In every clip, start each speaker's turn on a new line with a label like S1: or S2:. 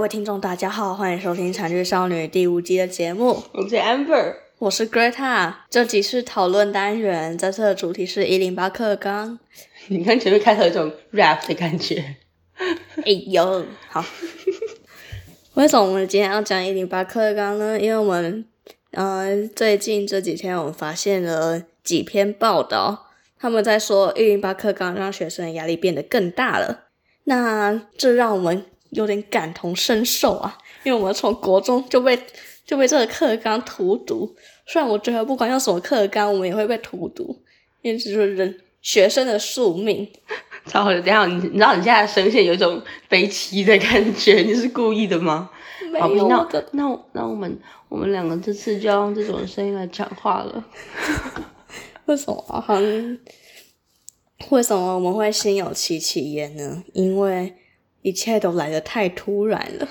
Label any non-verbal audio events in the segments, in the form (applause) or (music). S1: 位听众，大家好，欢迎收听《惨剧少女》第五集的节目，
S2: 我是 Amber， (laughs)
S1: 我是 Greta。这集是讨论单元，这次的主题是一零八课纲。
S2: 你看前面开头有种 rap 的感觉，
S1: (laughs) 哎呦，好。为什么我们今天要讲一零八课纲呢？因为我们，呃，最近这几天我们发现了几篇报道，他们在说一零八课纲让学生的压力变得更大了。那这让我们有点感同身受啊，因为我们从国中就被就被这个课纲荼毒。虽然我觉得不管用什么课纲，我们也会被荼毒，因为这就是人学生的宿命。
S2: 超好的。等一下你你知道你现在的声线有一种悲戚的感觉， (laughs) 你是故意的吗？
S1: 没
S2: 好
S1: 有
S2: 那
S1: 我的，
S2: 那我那我们我们两个这次就要用这种声音来讲话了。
S1: 为什么好像？为什么我们会心有戚戚焉呢？因为一切都来得太突然了。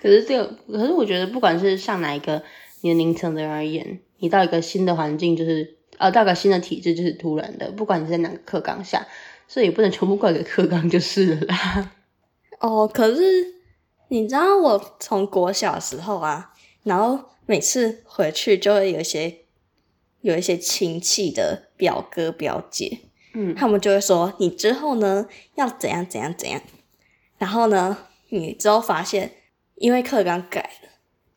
S2: 可是这个，可是我觉得不管是上哪一个年龄层的人而言，你到一个新的环境就是呃，到一个新的体制就是突然的，不管你在哪个课纲下，所以也不能全部怪给课纲就是了啦。
S1: 哦，可是你知道我从国小的时候啊，然后每次回去就会有一些有一些亲戚的表哥表姐，
S2: 嗯，
S1: 他们就会说你之后呢要怎样怎样怎样，然后呢你之后发现因为课纲改了，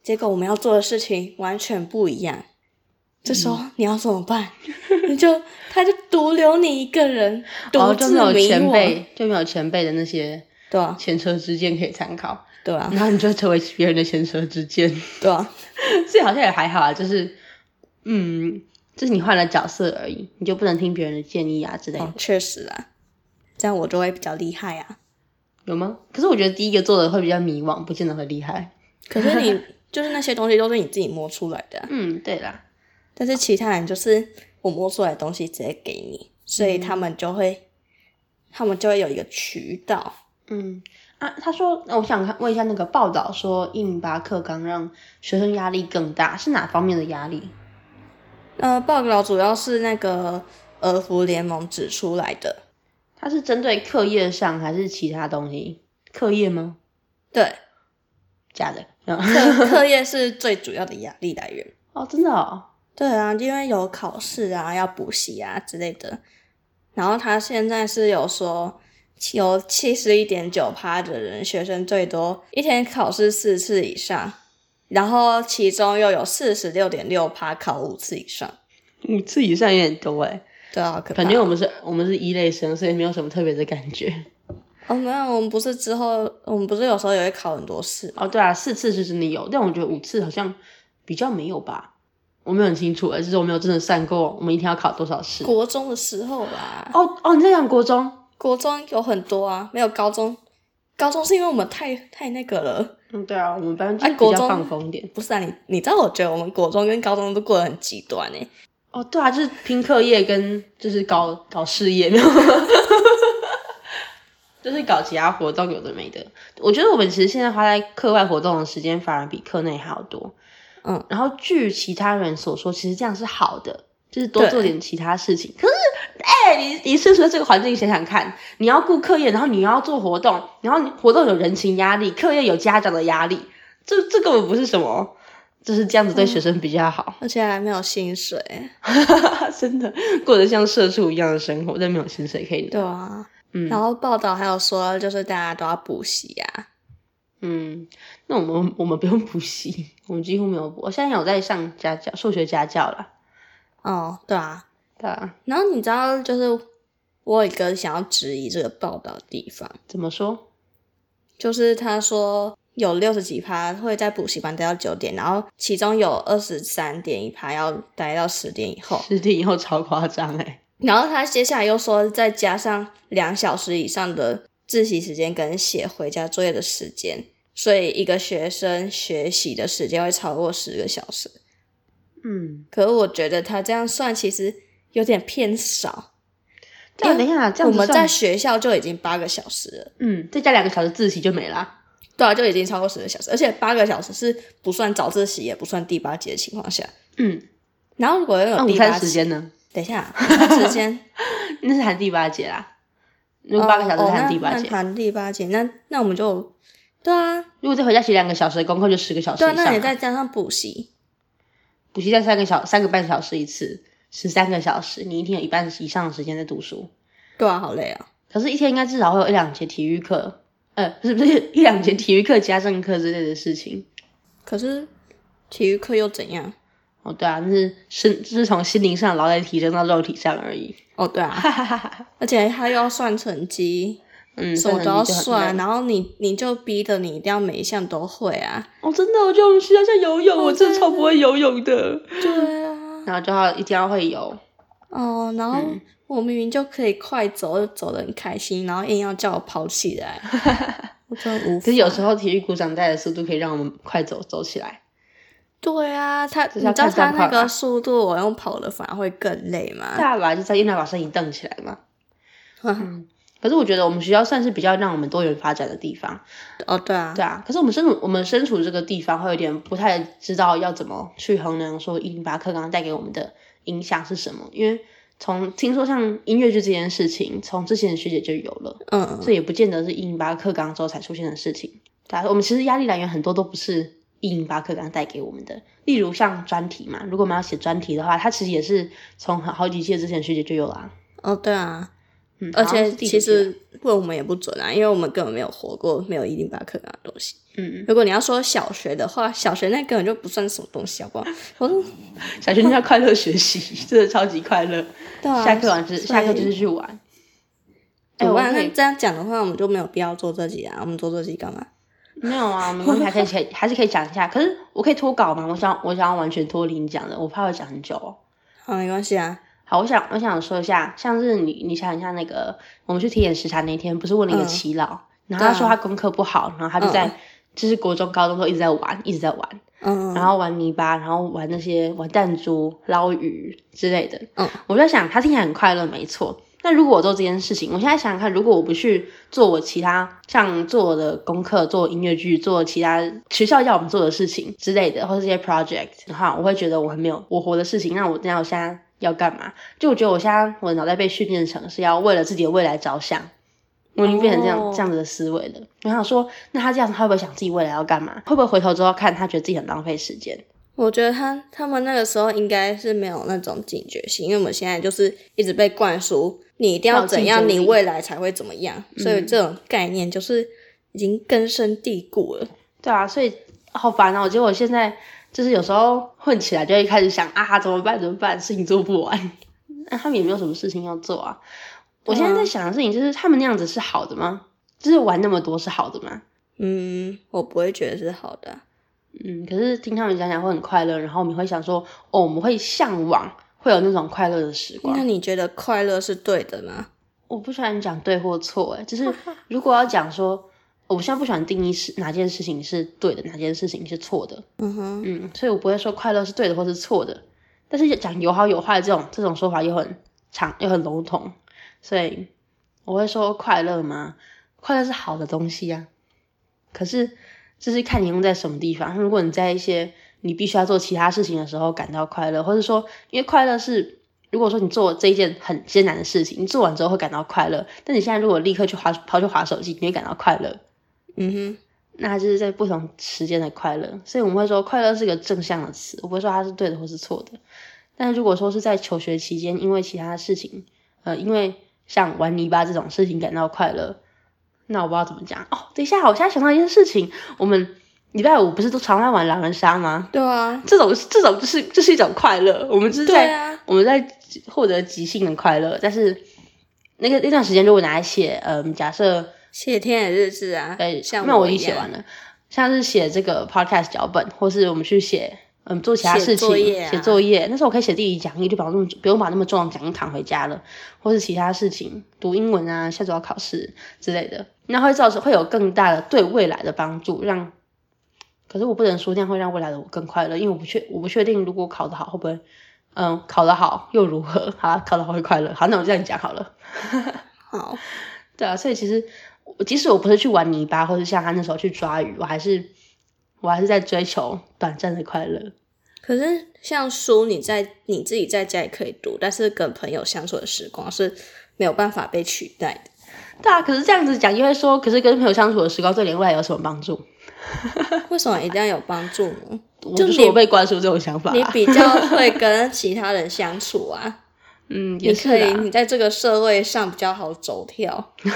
S1: 结果我们要做的事情完全不一样，这时
S2: 嗯
S1: 候你要怎么办？ (laughs) 你就他就独留你一个人，独
S2: 哦，就
S1: 自
S2: 没有
S1: 迷
S2: 前
S1: 惘，
S2: 辈，就没有前辈的那些
S1: 对啊，
S2: 前车之鉴可以参考，
S1: 对啊，
S2: 然后你就成为别人的前车之鉴。 (laughs)
S1: 对
S2: 哦
S1: 啊，
S2: 这好像也还好啊，就是嗯，就是你换了角色而已，你就不能听别人的建议啊之类的，
S1: 哦，确实啊，这样我就会比较厉害
S2: (laughs)
S1: 啊。
S2: 有吗？可是我觉得第一个做的会比较迷惘，不见得会厉害。
S1: 可是你就是那些东西都是你自己摸出来的啊、
S2: 嗯，对啦。
S1: 但是其他人就是我摸出来的东西直接给你，所以他们就会，他们就会有一个渠道。
S2: 嗯啊，他说，那我想看问一下那个报道说，一零八课纲让学生压力更大，是哪方面的压力？
S1: 呃，报告主要是那个俄服联盟指出来的，
S2: 他是针对课业上还是其他东西？课业吗？
S1: 对，
S2: 假的？嗯
S1: 课课业是最主要的压力来源。
S2: 哦，真的哦，
S1: 对啊，因为有考试啊，要补习啊之类的。然后他现在是有说，有七十一点九趴的人学生最多一天考试四次以上，然后其中又有四十六点六趴考五次以上。
S2: 你嗯自己算有点多哎。
S1: 对啊，好可怕
S2: 反正我们是，我们是一类生，所以没有什么特别的感觉。 (laughs)
S1: 哦，没有，我们不是之后，我们不是有时候也会考很多试吗？
S2: 哦，对啊，四次是真的有，但我觉得五次好像比较没有吧。我没有很清楚，而就是我没有真的算过，我们一天要考多少试。
S1: 国中的时候吧，
S2: 哦哦，你在讲国中？
S1: 国中有很多啊，没有高中。高中是因为我们太太那个了，
S2: 嗯，对啊，我们班就
S1: 哎
S2: 是比
S1: 国
S2: 较
S1: 中
S2: 放松一点。
S1: 不是啊，你你知道，我觉得我们国中跟高中都过得很极端欸诶、
S2: 哦，对啊，就是拼课业跟就是搞搞事业，没有， (laughs) 就是搞其他活动，有的没的。我觉得我们其实现在花在课外活动的时间反而比课内还要多。
S1: 嗯，
S2: 然后据其他人所说，其实这样是好的，就是多
S1: 对
S2: 做点其他事情。可是，哎、你你身处在这个环境，想想看，你要顾课业，然后你又要做活动，然后你活动有人情压力，课业有家长的压力，这这根本不是什么，就是这样子
S1: 嗯
S2: 对学生比较好。
S1: 而且还没有薪水。
S2: (laughs) 真的过得像社畜一样的生活，但没有薪水可以拿。
S1: 对啊，
S2: 嗯
S1: 然后报道还有说，就是大家都要补习啊。
S2: 嗯，那我们我们不用补习，我们几乎没有补。我现在有在上家教，数学家教啦。
S1: 哦，对啊。
S2: 对啊，
S1: 然后你知道，就是我有一个想要质疑这个报道的地方，
S2: 怎么说？
S1: 就是他说有六十几趴会在补习班待到九点，然后其中有二十三点一趴要待到十点以后。
S2: 十点以后超夸张哎、
S1: 然后他接下来又说，再加上两小时以上的自习时间跟写回家作业的时间，所以一个学生学习的时间会超过十个小时。
S2: 嗯，
S1: 可是我觉得他这样算其实有点偏少，
S2: 对啊，等一下，这
S1: 我
S2: 样子
S1: 们
S2: 算
S1: 在学校就已经八个小时了，
S2: 嗯，再加两个小时自习就没啦。
S1: 对啊，就已经超过十个小时，而且八个小时是啊不算早自习，也不算第八节的情况下。
S2: 嗯，
S1: 哦然后如果又
S2: 那、
S1: 有
S2: 午
S1: 第
S2: 餐
S1: 八
S2: 时
S1: 节，
S2: 间呢？
S1: 等一下，午餐时间
S2: 那是含第八节啦。如果八个小时
S1: 哦
S2: 是
S1: 哦
S2: 含
S1: 那
S2: 第八
S1: 那
S2: 节，
S1: 含第八节，那那我们就对啊，
S2: 如果再回家写两个小时的功课，就十个小时
S1: 对啊，
S2: 以
S1: 那
S2: 上
S1: 你
S2: 啊。
S1: 再加上补习，
S2: 补习再三个小三个半小时一次，十三个小时，你一天有一半以上的时间在读书。
S1: 对啊，好累啊。
S2: 可是，一天应该至少会有一两节体育课，呃，不是 (laughs) 不是一两节体育课、家政课之类的事情。
S1: 可是体育课又怎样？
S2: 哦，对啊，那是身，就是从心灵上劳累提升到肉体上而已。 (laughs)
S1: 哦，对啊，
S2: 哈哈哈哈。
S1: 而且他又要算成绩，
S2: 嗯，
S1: 什么都要算，
S2: 啊！
S1: 然后你你就逼得你一定要每一项都会啊。
S2: 哦，真的，我就很需要像游泳，
S1: 哦
S2: 我真的超不会游泳的。
S1: 对啊，
S2: 然后就要一定要会游，
S1: 哦，然后
S2: 嗯
S1: 我明明就可以快走，走得很开心，然后硬要叫我跑起
S2: (laughs)
S1: 来，我真的无
S2: 可
S1: 法。
S2: 是有时候体育鼓掌带的速度可以让我们快走走起来。
S1: 对啊，他你
S2: 是
S1: 知
S2: 要
S1: 道
S2: 看
S1: 他
S2: 状
S1: 那
S2: 况
S1: 个
S2: 啊
S1: 速度，我用跑的反而会更累吗？
S2: 大把就在用来把身体蹬起来嘛。
S1: 嗯
S2: 可是我觉得我们学校算是比较让我们多元发展的地方，
S1: (laughs) 哦，对啊，
S2: 对啊。可是我们身处我们身处这个地方，会有点不太知道要怎么去衡量说一零八课纲带给我们的影响是什么，因为从听说像音乐剧这件事情，从之前的学姐就有了。
S1: 嗯，
S2: 这也不见得是一零八课纲之后才出现的事情。对啊，我们其实压力来源很多都不是一零八课纲带给我们的，例如像专题嘛，如果我们要写专题的话，它其实也是从好好几届之前学姐就有了、啊。
S1: 哦，对啊，
S2: 嗯，
S1: 而
S2: 好像
S1: 且
S2: 是第
S1: 其
S2: 几届啊，
S1: 实问我们也不准啊，因为我们根本没有活过没有一零八课纲的东西。
S2: 嗯，
S1: 如果你要说小学的话，小学那根本就不算什么东西，好不好？我说
S2: 小学就要快乐学习，真的超级快乐。
S1: 对啊，
S2: 下课完就是下课就
S1: 所
S2: 是
S1: 以。
S2: 去玩。
S1: 哎，
S2: 哎、我
S1: 我
S2: 们可
S1: 那
S2: 以
S1: 这样讲的话，我们就没有必要做这集啊。我们做这集干嘛？
S2: 没
S1: (laughs)
S2: 有啊，我们还可以写，还是可以讲一下。可是我可以脱稿吗？我想我想要完全脱离你讲的，我怕会讲很久哦。
S1: 好，没关系啊。
S2: 好，我想我想说一下，像是你你想一下那个，我们去体检时查那天，不是问了一个
S1: 嗯
S2: 耆老，
S1: 对
S2: 然后
S1: 啊
S2: 他说他功课不好，然后他就在、
S1: 嗯
S2: 就是国中高中都一直在玩，一直在玩，
S1: 嗯，
S2: 然后玩泥巴，然后玩那些玩弹珠、捞鱼之类的。
S1: 嗯，
S2: 我在想他听起来很快乐，没错。那如果我做这件事情，我现在想想看，如果我不去做我其他像做我的功课、做音乐剧、做其他学校要我们做的事情之类的，或是这些 project 的话，我会觉得我很没有我活的事情。那我那我现在要干嘛？就我觉得我现在我的脑袋被训练成是要为了自己的未来着想，我已经变成这样、
S1: 哦
S2: 这样子的思维了。我想说，那他这样，他会不会想自己未来要干嘛？会不会回头之后看他觉得自己很浪费时间？
S1: 我觉得他他们那个时候应该是没有那种警觉性，因为我们现在就是一直被灌输你一定要怎
S2: 要
S1: 样，
S2: 竞争
S1: 你
S2: 力
S1: 未来才会怎么样，所
S2: 嗯
S1: 以这种概念就是已经根深蒂固了。
S2: 对啊，所以好烦哦。结果现在就是有时候混起来，就会开始想啊，怎么办？怎么办？事情做不完， (laughs) 那、他们也没有什么事情要做啊。我现在在想的事情就是，他们那样子是好的吗？就是玩那么多是好的吗？
S1: 嗯，我不会觉得是好的啊、
S2: 嗯，可是听他们讲讲会很快乐，然后我们会想说，哦，我们会向往会有那种快乐的时光
S1: 那。你觉得快乐是对的吗？
S2: 我不喜欢讲对或错，哎，就是如果要讲说，哦我现在不喜欢定义是哪件事情是对的，哪件事情是错的，
S1: 嗯哼，
S2: 嗯，所以我不会说快乐是对的或是错的，但是讲有好有坏这种这种说法又很长又很笼统，所以我会说快乐吗？快乐是好的东西呀、可是就是看你用在什么地方。如果你在一些你必须要做其他事情的时候感到快乐，或者说因为快乐是。如果说你做这一件很艰难的事情，你做完之后会感到快乐，但你现在如果立刻去划跑去划手机，你会感到快乐。
S1: 嗯哼，
S2: 那它就是在不同时间的快乐，所以我们会说快乐是个正向的词，我不会说它是对的或是错的。但如果说是在求学期间，因为其他事情，呃，因为像玩泥巴这种事情感到快乐，那我不知道怎么讲哦。等一下，我现在想到一件事情，我们礼拜五不是都常在玩狼人杀吗？
S1: 对啊，
S2: 这种这种就是这、是一种快乐，我们就是
S1: 对
S2: 在、
S1: 啊，
S2: 我们在获得即兴的快乐，但是那个那段时间如果拿来写，嗯、假设。
S1: 谢天的日志啊，
S2: 呃，
S1: 像
S2: 那我
S1: 我
S2: 已
S1: 一
S2: 经写
S1: 样
S2: 完了，像是写这个 podcast 脚本，或是我们去写，嗯，做其他
S1: 写
S2: 事情，
S1: 作业啊
S2: 写作业。那时候我可以写地理讲义，就不用那么不用把那么重的讲义扛回家了，或是其他事情，读英文啊，下周要考试之类的，那会造成会有更大的对未来的帮助，让。可是我不能说那样会让未来的我更快乐，因为我不确我不确定如果考得好会不会，嗯，考得好又如何？好啊，考得好会快乐。好，那我就这样讲好了。
S1: 好，
S2: 对啊，所以其实我即使我不是去玩泥巴，或者像他那时候去抓鱼，我还是我还是在追求短暂的快乐。
S1: 可是像书，你在你自己在家也可以读，但是跟朋友相处的时光是没有办法被取代的。
S2: 对啊，可是这样子讲，就会说，可是跟朋友相处的时光对你未来有什么帮助？呃
S1: 为什么一定要有帮助
S2: (laughs)
S1: 呢？
S2: 我
S1: 就
S2: 就是
S1: 你
S2: 我被灌输这种想法、
S1: 你
S2: 啊。
S1: 比较会跟其他人相处
S2: (laughs)
S1: 啊，
S2: 嗯，也
S1: 你
S2: 是
S1: 可以，
S2: 啦，
S1: 你在这个社会上比较好走跳。
S2: (laughs)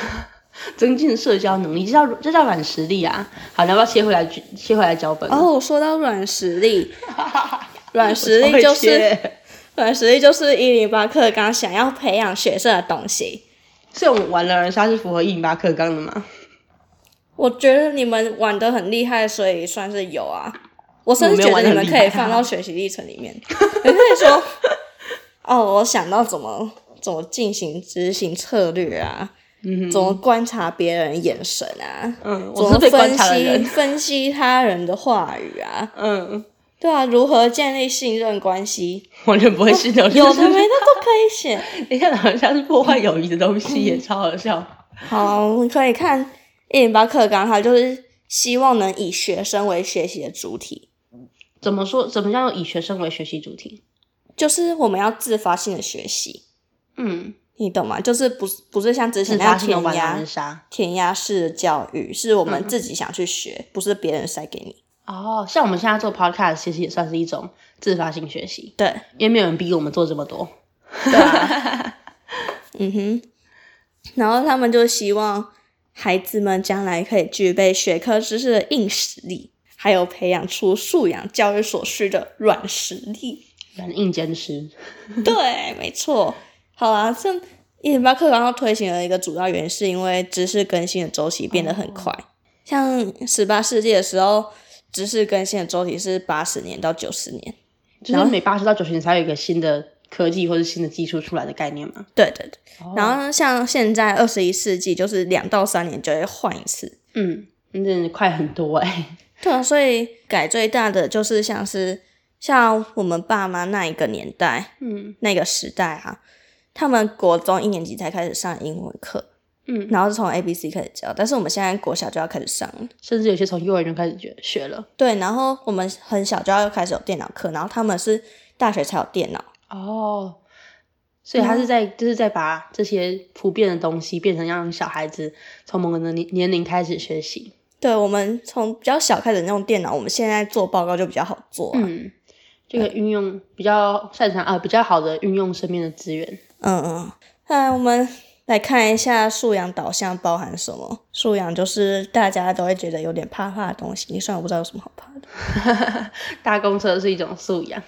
S2: 增进社交能力，这叫这叫软实力啊。好，你要不要切回来举？切回来脚本？
S1: 哦，说到软实
S2: (laughs)
S1: 力，软
S2: 我
S1: 实
S2: 超
S1: 力
S2: 会
S1: 就是
S2: 切
S1: 软实力就是一零八课纲想要培养学生的东西。
S2: 所以我们玩狼人杀是符合一零八课纲的嘛？
S1: 我觉得你们玩的很厉害，所以算是有啊。我甚至
S2: 我没
S1: 觉
S2: 有
S1: 得
S2: 玩
S1: 你
S2: 得
S1: 们
S2: 很厉害啊
S1: 可以放到学习历程里面，你可以说，哦，我想到怎么怎么进行执行策略啊，
S2: 嗯
S1: 怎么观察别人眼神啊，
S2: 嗯，
S1: 怎
S2: 我
S1: 么
S2: 是被观
S1: 分
S2: 察的
S1: 析
S2: 人。
S1: 分析他人的话语啊，
S2: 嗯，
S1: 对啊，如何建立信任关
S2: (laughs)
S1: 系，
S2: 完全不会是的。
S1: 哦有的没的都可以写。
S2: 等一下，狼人杀是破坏友谊的东西，也超好笑。
S1: 好，你可以看一零八课纲，它就是希望能以学生为学习的主体。
S2: 怎么说？怎么叫以学生为学习主题？
S1: 就是我们要自发性的学习，
S2: 嗯，
S1: 你懂吗？就是不是不是像之前
S2: 自
S1: 那
S2: 发
S1: 样
S2: 性的
S1: 填
S2: 玩狼
S1: 鸭
S2: 人杀。
S1: 填鸭式的教育，是我们自己想去
S2: 嗯
S1: 学，不是别人塞给你。
S2: 哦，像我们现在做 podcast，其实也算是一种自发性学习，
S1: 对，
S2: 因为没有人逼我们做这么多。
S1: 对啊， (laughs) 嗯哼。然后他们就希望孩子们将来可以具备学科知识的硬实力，还有培养出素养教育所需的软实力。
S2: 软硬兼施。
S1: (laughs) 对，没错。好啊，这一零八课纲推行了一个主要原因，是因为知识更新的周期变得很快。像十八世纪的时候，知识更新的周期是八十年到九十年。
S2: 就是每八十到九十年才有一个新的科技或者新的技术出来的概念嘛。
S1: 对对对。然
S2: 后，
S1: 后呢像现在二十一世纪，就是两到三年就会换一次。
S2: 嗯，那真的快很多哎、
S1: 对啊，所以改最大的就是像是像我们爸妈那一个年代
S2: 嗯
S1: 那个时代啊，他们国中一年级才开始上英文课。
S2: (laughs) 嗯，
S1: 然后是从 A、B、C 开始教，但是我们现在国小就要开始上了。
S2: 甚至有些从幼儿园开始学学了。
S1: 对，然后我们很小就要开始有电脑课，然后他们是大学才有电脑。
S2: 哦，所以他是在、就是在把这些普遍的东西变成让小孩子从某个年龄年龄开始学习。
S1: 对，我们从比较小开始用电脑，我们现在做报告就比较好做、啊。
S2: 嗯，这个运用比较擅长啊、比较好的运用身边的资源。
S1: 嗯嗯。那我们来看一下素养导向包含什么？素养就是大家都会觉得有点怕怕的东西，虽然我不知道有什么好怕的。
S2: 搭公车是一种素养，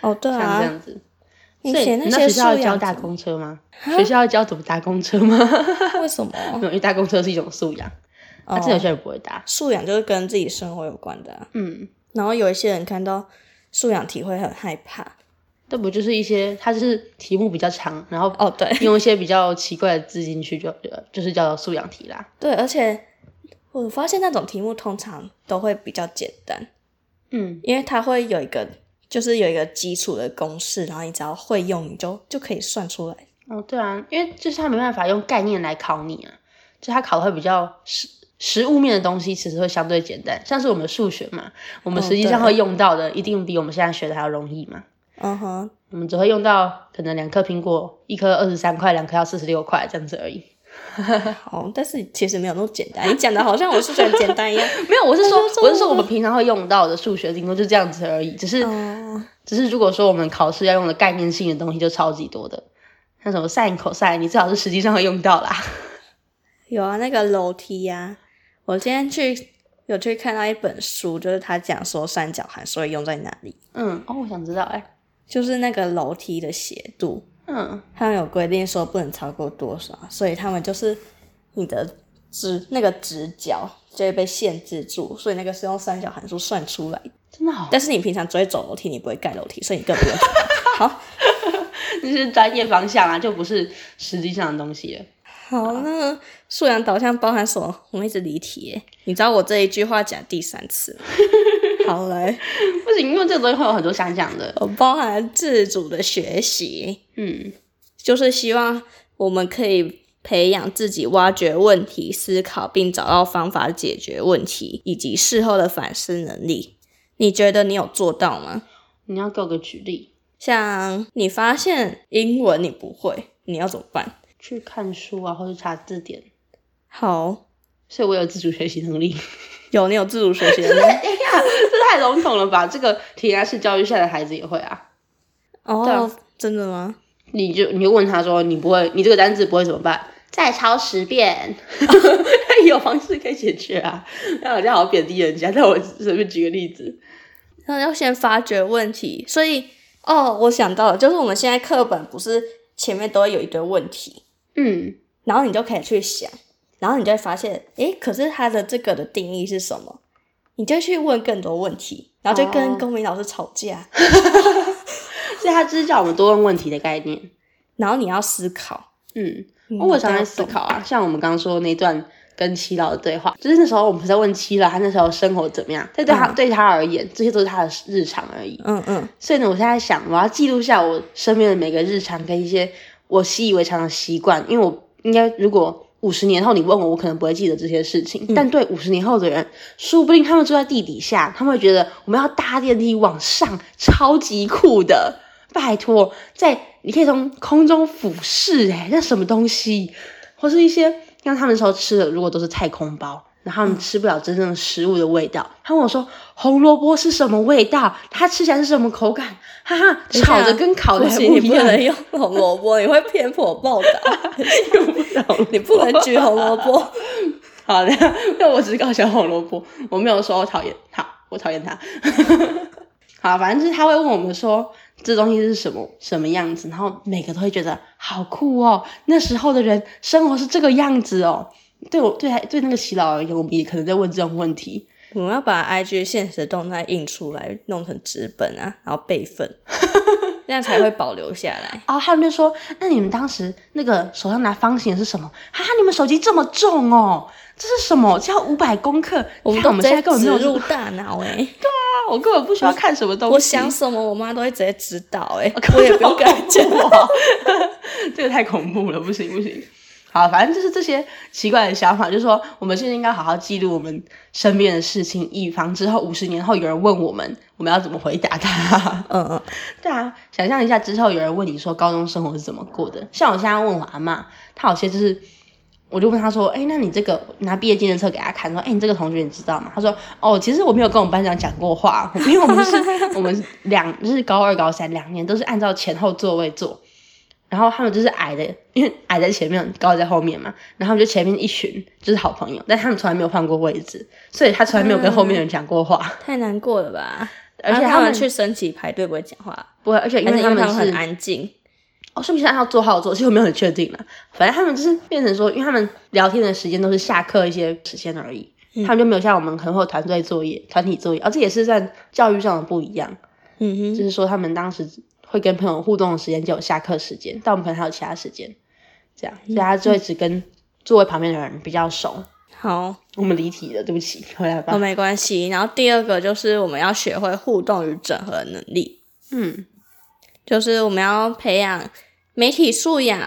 S1: 哦，对
S2: 像这
S1: 啊，
S2: 样子。
S1: 你
S2: 所以
S1: 写
S2: 你
S1: 些
S2: 学
S1: 素
S2: 校要教
S1: 养怎
S2: 搭
S1: 么啊
S2: 公车吗？学校要教怎么搭公车吗？ (laughs)
S1: 为什么？ (laughs)
S2: 没有，因为搭公车是一种素养，
S1: 哦
S2: 啊但是有些人不会搭。
S1: 素养就是跟自己生活有关的啊、
S2: 嗯，
S1: 然后有一些人看到素养题会很害怕。
S2: 这不就是一些，它就是题目比较长，然后
S1: 哦，对
S2: 用一些比较奇怪的字进去就，就就是叫做素养题啦。
S1: 对，而且我发现那种题目通常都会比较简单，
S2: 嗯，
S1: 因为它会有一个就是有一个基础的公式，然后你只要会用，你就就可以算出来。
S2: 哦，对啊，因为就是他没办法用概念来考你啊，就他考的会比较实实物面的东西，其实会相对简单。像是我们数学嘛，我们
S1: 哦
S2: 实际上
S1: 对
S2: 会用到的，一定比我们现在学的还要容易嘛。
S1: 嗯哼，
S2: 我们只会用到可能两颗苹果，一颗二十三块，两颗要四十六块这样子而已。
S1: 好，但是其实没有那么简单。你讲的好像我数学很简单一样。 (laughs)
S2: 没有，我是说
S1: 那就是，
S2: 我是说我们平常会用到的数学，顶多就这样子而已。只是，
S1: 哦，
S2: 只是如果说我们考试要用的概念性的东西，就超级多的，像什么 sin、cos，你至少是实际上会用到啦。
S1: 有啊，那个楼梯呀、我今天去有去看到一本书，就是他讲说三角函数会用在哪里，
S2: 嗯，哦，我想知道、哎，
S1: 就是那个楼梯的斜度。
S2: 嗯，
S1: 他们有规定说不能超过多少，所以他们就是你的直那个直角就会被限制住，所以那个是用三角函数算出来的。
S2: 真的好，
S1: 但是你平常只会走楼梯，你不会盖楼梯，所以你更不用。好，
S2: 这是专业方向啊，就不是实际上的东西了。
S1: (laughs) 好，那素养导向包含什么？我们一直离题耶，你知道我这一句话讲第三次吗。 (laughs) 好来，
S2: 不行，因为这个东西会有很多想讲的。
S1: 我包含自主的学习，
S2: 嗯，
S1: 就是希望我们可以培养自己挖掘问题、思考并找到方法解决问题，以及事后的反思能力。你觉得你有做到吗？
S2: 你要给我个举例。
S1: 像你发现英文你不会，你要怎么办？
S2: 去看书啊，或者查字典，
S1: 好，
S2: 所以我有自主学习能力。
S1: 有你有自主学习能力
S2: 哎呀，这太笼统了吧？这个填鸭式教育下的孩子也会啊。
S1: (laughs)
S2: 对
S1: 哦
S2: 啊，
S1: 真的吗？
S2: 你就你就问他说，你不会，你这个单字不会怎么办？再抄十遍， (laughs) 有方式可以解决啊。那好像好贬低人家，但我随便举个例子。
S1: 那要先发掘问题，所以哦，我想到了，就是我们现在课本不是前面都会有一堆问题，
S2: 嗯，
S1: 然后你就可以去想，然后你就会发现，诶，可是它的这个的定义是什么？你就去问更多问题，然后就跟
S2: 哦
S1: 公民老师吵架，
S2: 所以他只是叫我们多问问题的概念。
S1: 然后你要思考。
S2: 嗯，
S1: 嗯
S2: 我常在思，
S1: 你
S2: 考啊，像我们刚刚说那段跟七老的对话，就是那时候我们在问七老他那时候生活怎么样，但对他、
S1: 嗯
S2: 对他而言，这些都是他的日常而已。
S1: 都懂嗯嗯，
S2: 所以呢，我现在想，我要记录下我身边的每个日常跟一些我习以为常的习惯，因为我应该如果五十年后你问我，我可能不会记得这些事情。但对五十年后的人，说不定他们住在地底下，他们会觉得我们要搭电梯往上，超级酷的。拜托，在你可以从空中俯视、欸，那什么东西，或是一些像他们那时候吃的，如果都是太空包，
S1: 嗯
S2: 然后他们吃不了真正的食物的味道。他问我说红萝卜是什么味道，它吃起来是什么口感，哈哈，
S1: 等一下啊
S2: 炒的跟烤的
S1: 不
S2: 还
S1: 行，
S2: 不
S1: 你
S2: 一
S1: 不
S2: 样。
S1: 能用红萝卜，你会偏颇报道，
S2: 用不着
S1: (laughs) 你不能举红萝卜。
S2: 好的， (laughs) 那我只是搞笑红萝卜，我没有说我讨厌他，我讨厌他。 (laughs) 好，反正就是他会问我们说这东西是什么什么样子，然后每个都会觉得好酷哦，那时候的人生活是这个样子哦。对我对对那个洗脑而言，我们也可能在问这种问题。
S1: 我们要把 IG 现实动态印出来，弄成纸本啊，然后备份， (laughs) 这样才会保留下来。
S2: 然后他们就说：“那你们当时那个手上拿方形的是什么？哈哈，你们手机这么重哦，这是什么？这要五百公克？
S1: 我们
S2: 看
S1: 都
S2: 我们现在根本没有
S1: 直接植
S2: 这个
S1: 入大脑哎、
S2: 啊，我根本不需要看什么东西。
S1: 我想什么，我妈都会直接指导哎、
S2: (laughs) 可
S1: 我也不用跟她讲。
S2: 我， (laughs) 这个太恐怖了，不行不行。好，反正就是这些奇怪的想法，就是说我们现在应该好好记录我们身边的事情，以防之后五十年后有人问我们，我们要怎么回答他。
S1: (laughs) 嗯嗯，
S2: 对啊，想象一下之后有人问你说高中生活是怎么过的，像我现在问我阿妈，她有些就是，我就问她说，哎、那你这个拿毕业纪念册给她看，说，哎、你这个同学你知道吗？她说，哦，其实我没有跟我们班长讲过话， (laughs) 因为我们是我们是两就是高二高三两年都是按照前后座位坐，然后他们就是矮的，因为矮在前面，高的在后面嘛，然后他们就前面一群就是好朋友，但他们从来没有换过位置，所以他从来没有跟后面的人讲过话，
S1: 太难过了吧？
S2: 而且
S1: 啊他
S2: 们
S1: 们去升旗排队不会讲话，
S2: 不会，而且因
S1: 还是
S2: 为
S1: 因为
S2: 们
S1: 们
S2: 是
S1: 很安静。
S2: 哦，是不是按照座号做？其实我没有很确定了。反正他们就是变成说，因为他们聊天的时间都是下课一些时间而已，
S1: 嗯
S2: 他们就没有像我们可能会有团队作业、团体作业，而、哦这也是在教育上的不一样，
S1: 嗯
S2: 就
S1: 哼，
S2: 是说他们当时会跟朋友互动的时间只有下课时间，但我们可能还有其他时间，这样，
S1: 嗯
S2: 所以他就会只跟座位旁边的人比较熟。
S1: 好，
S2: 我们离题了，对不起，回来吧
S1: 哦，。没关系。然后第二个就是我们要学会互动与整合能力，
S2: 嗯，
S1: 就是我们要培养媒体素养，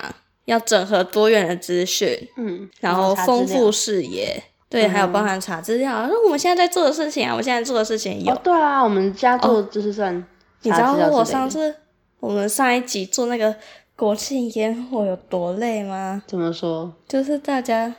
S1: 要整合多元的资讯，
S2: 嗯，
S1: 然后
S2: 查资
S1: 丰
S2: 料
S1: 富视野。对，还有包含查资料，那、我们现在在做的事情啊，我现在做的事情有
S2: 哦，对啊，我们家做就是算
S1: 哦你
S2: 查
S1: 知道
S2: 资料之
S1: 我
S2: 类
S1: 上
S2: 的
S1: 次我们上一集做那个国庆烟火有多累吗？
S2: 怎么说？
S1: 就是大家，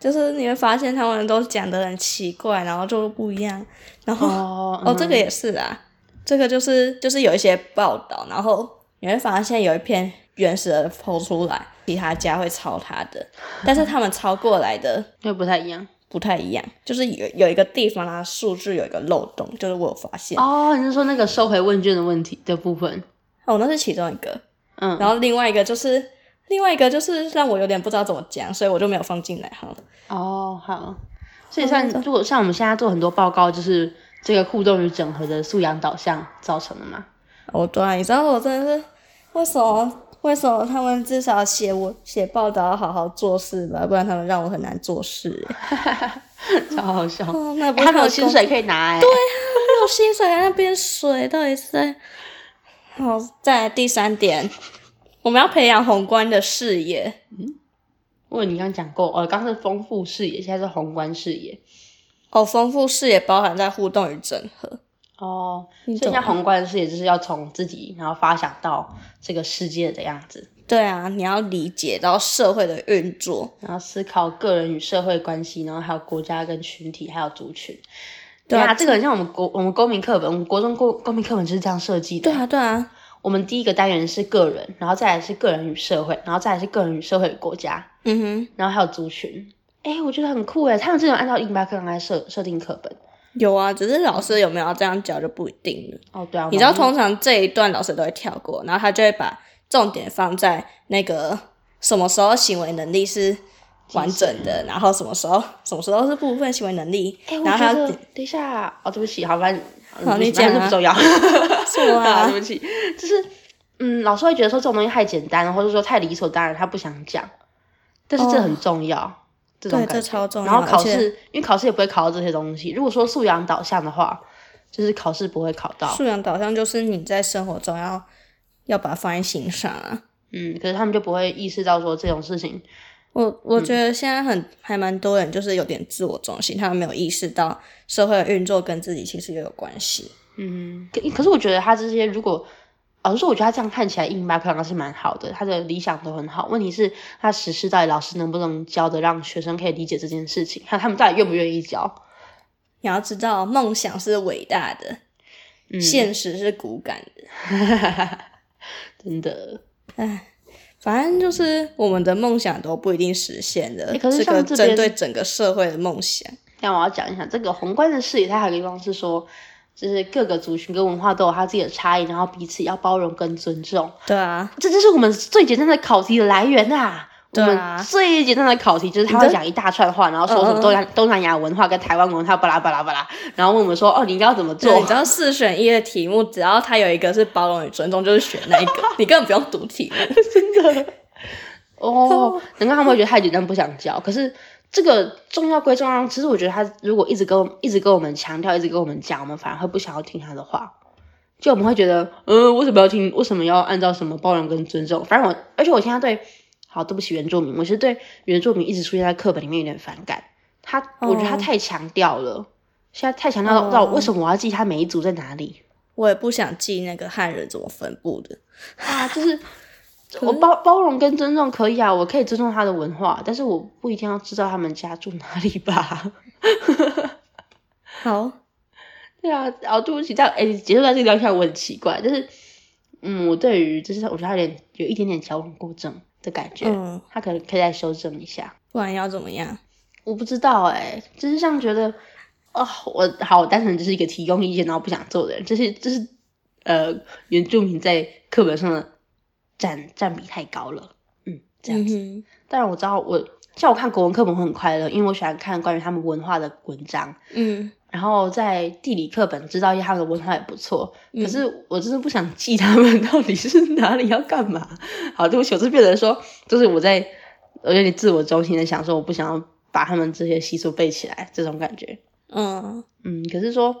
S1: 就是你会发现他们都讲的很奇怪，然后就不一样。然后 (laughs) 哦
S2: 哦
S1: 这个也是啊，这个就是就是有一些报道，然后你会发现有一篇原始的剖出来，其他家会抄他 (laughs) 的，但是他们抄过来的
S2: 又不太一样。
S1: 不太一样，就是有有一个地方它数据有一个漏洞，就是我有发现，
S2: 哦，你是说那个收回问卷的问题的部分？
S1: 哦，那是其中一个。
S2: 嗯，
S1: 然后另外一个就是另外一个就是让我有点不知道怎么讲，所以我就没有放进来好了。
S2: 哦，好。所以
S1: 哦
S2: 算，如果像我们现在做很多报告，就是这个互动与整合的素养导向造成的
S1: (laughs)
S2: 嘛？
S1: 哦，对啊，你知道我真的是为什么？为什么他们至少写我写报道要好好做事吧，不然他们让我很难做事欸、
S2: 超好笑。
S1: 哦，那不
S2: 他们有
S1: 有
S2: 薪，水可以拿哎、
S1: 没有薪水还在那边水，到底是在？好，再来第三点，我们要培养宏观的视野。
S2: 因为你刚刚讲过，哦，刚刚是丰富视野，现在是宏观视野。
S1: 哦，丰富视野包含在互动与整合。
S2: 哦，
S1: 你
S2: 所以
S1: 懂
S2: 像
S1: 吗？
S2: 宏观视野就是要从自己，然后发想到这个世界的样子。
S1: 对啊，你要理解到社会的运作。
S2: 然后思考个人与社会关系，然后还有国家跟群体，还有族群。
S1: 对
S2: 对
S1: 啊
S2: 啊，这个很像我们国我们公民课本，我们国中公公民课本就是这样设计的。
S1: 对啊，对啊，
S2: 我们第一个单元是个人，然后再来是个人与社会，然后再来是个人与社会与国家，
S1: 嗯哼，
S2: 然后还有族群。哎，我觉得很酷哎，他们这种按照印巴克来设设定课本。
S1: 有啊，只是老师有没有这样教就不一定了。
S2: 哦，对啊，
S1: 你知道，
S2: 我们
S1: 通常这一段老师都会跳过，然后他就会把重点放在那个什么时候行为能力是完整的，然后什么时候什么时候是部分行为能
S2: (laughs)
S1: 力
S2: 哎，，我
S1: 然后
S2: 觉
S1: 他
S2: 得等一下，哦，对不起，好，反正
S1: 好
S2: 嗯
S1: 你讲
S2: 反正
S1: 啊 (laughs)
S2: 不重要，
S1: 是
S2: (laughs) 啊，
S1: 啊
S2: 对，不起，就是嗯，老师会觉得说这种东西太简单，或者说太理所当然，他不想讲，但是这
S1: 哦
S2: 很重要，这种
S1: 对
S2: 感
S1: 这
S2: 觉
S1: 超重
S2: 然后
S1: 要
S2: 考
S1: 而且
S2: 试，因为考试也不会考到这些东西。如果说素养导向的话，就是考试不会考到，
S1: 素养导向就是你在生活中要要把它放在心上啊。
S2: 嗯，可是他们就不会意识到说这种事情，
S1: 我我觉得现在很、还蛮多人就是有点自我中心，他们没有意识到社会的运作跟自己其实也有关系。
S2: 嗯，可可是我觉得他这些如果。老实说，我觉得他这样看起来印巴克朗是蛮好的，他的理想都很好。问题是，他实施到底老师能不能教的让学生可以理解这件事情，还有他们到底愿不愿意教？
S1: 你要知道，梦想是伟大的，
S2: 嗯，
S1: 现实是骨感的。
S2: 真的，
S1: 反正就是我们的梦想都不一定实现的，
S2: 欸可是
S1: 这
S2: 像
S1: 个
S2: 这
S1: 针
S2: 边
S1: 对整个社会的梦想。
S2: 但我要讲一下这个宏观的视野，它还有一个地方是说，就是各个族群跟文化都有它自己的差异，然后彼此要包容跟尊重。
S1: 对啊，
S2: 这就是我们最简单的考题的来源啊！
S1: 对啊
S2: 我们最简单的考题就是他
S1: 你
S2: 会
S1: 的
S2: 讲一大串话，然后说什
S1: 嗯
S2: 么
S1: 嗯
S2: 东南东南亚文化跟台湾文化巴拉巴拉巴拉，然后问我们说哦，你应该要怎么
S1: 对，
S2: 做
S1: 你？知道四选一的题目，只要它有一个是包容与尊重，就是选那一个，
S2: (laughs)
S1: 你根本不用读题目。
S2: 哦，难怪他们会觉得太简单不想教。可是这个重要归重要，其实我觉得他如果一直跟我一直跟我们强调，一直跟我们讲，我们反而会不想要听他的话。就我们会觉得，嗯，为什么要听？为什么要按照什么包容跟尊重？反正我，而且我现在对，好，对不起，原住民，我是对原住民一直出现在课本里面有点反感。他，我觉得他
S1: 哦
S2: 太强调了，现在太强调到
S1: 哦
S2: 为什么我要记他每一组在哪里？
S1: 我也不想记那个汉人怎么分布的。
S2: 啊，就是我包包容跟尊重可以啊，我可以尊重他的文化，但是我不一定要知道他们家住哪里吧？ (laughs)
S1: 好，
S2: 对啊，哦，对不起，这样哎，结束在这个聊天我很奇怪，但是嗯，我对于就是我觉得他有点有一点点矫枉过正的感觉，
S1: 嗯，
S2: 他可能可以再修正一下。
S1: 不然要怎么样？
S2: 我不知道哎、就是像觉得哦，我好，我单纯就是一个提供意见然后不想做的人，这是这是呃原住民在课本上的占占比太高了，嗯，这样子。
S1: 嗯
S2: 当然我知道我，像我看国文课本我很快乐，因为我喜欢看关于他们文化的文章。
S1: 哼嗯，
S2: 然后在地理课本知道一下他们的文化也不错，
S1: 嗯
S2: 可是我真的不想记他们到底是哪里要干嘛。 (laughs) 好，对不起，我这变成说，就是我在我有点自我中心的想说，我不想要把他们这些习俗背起来这种感觉。
S1: 嗯，
S2: 嗯，可是说，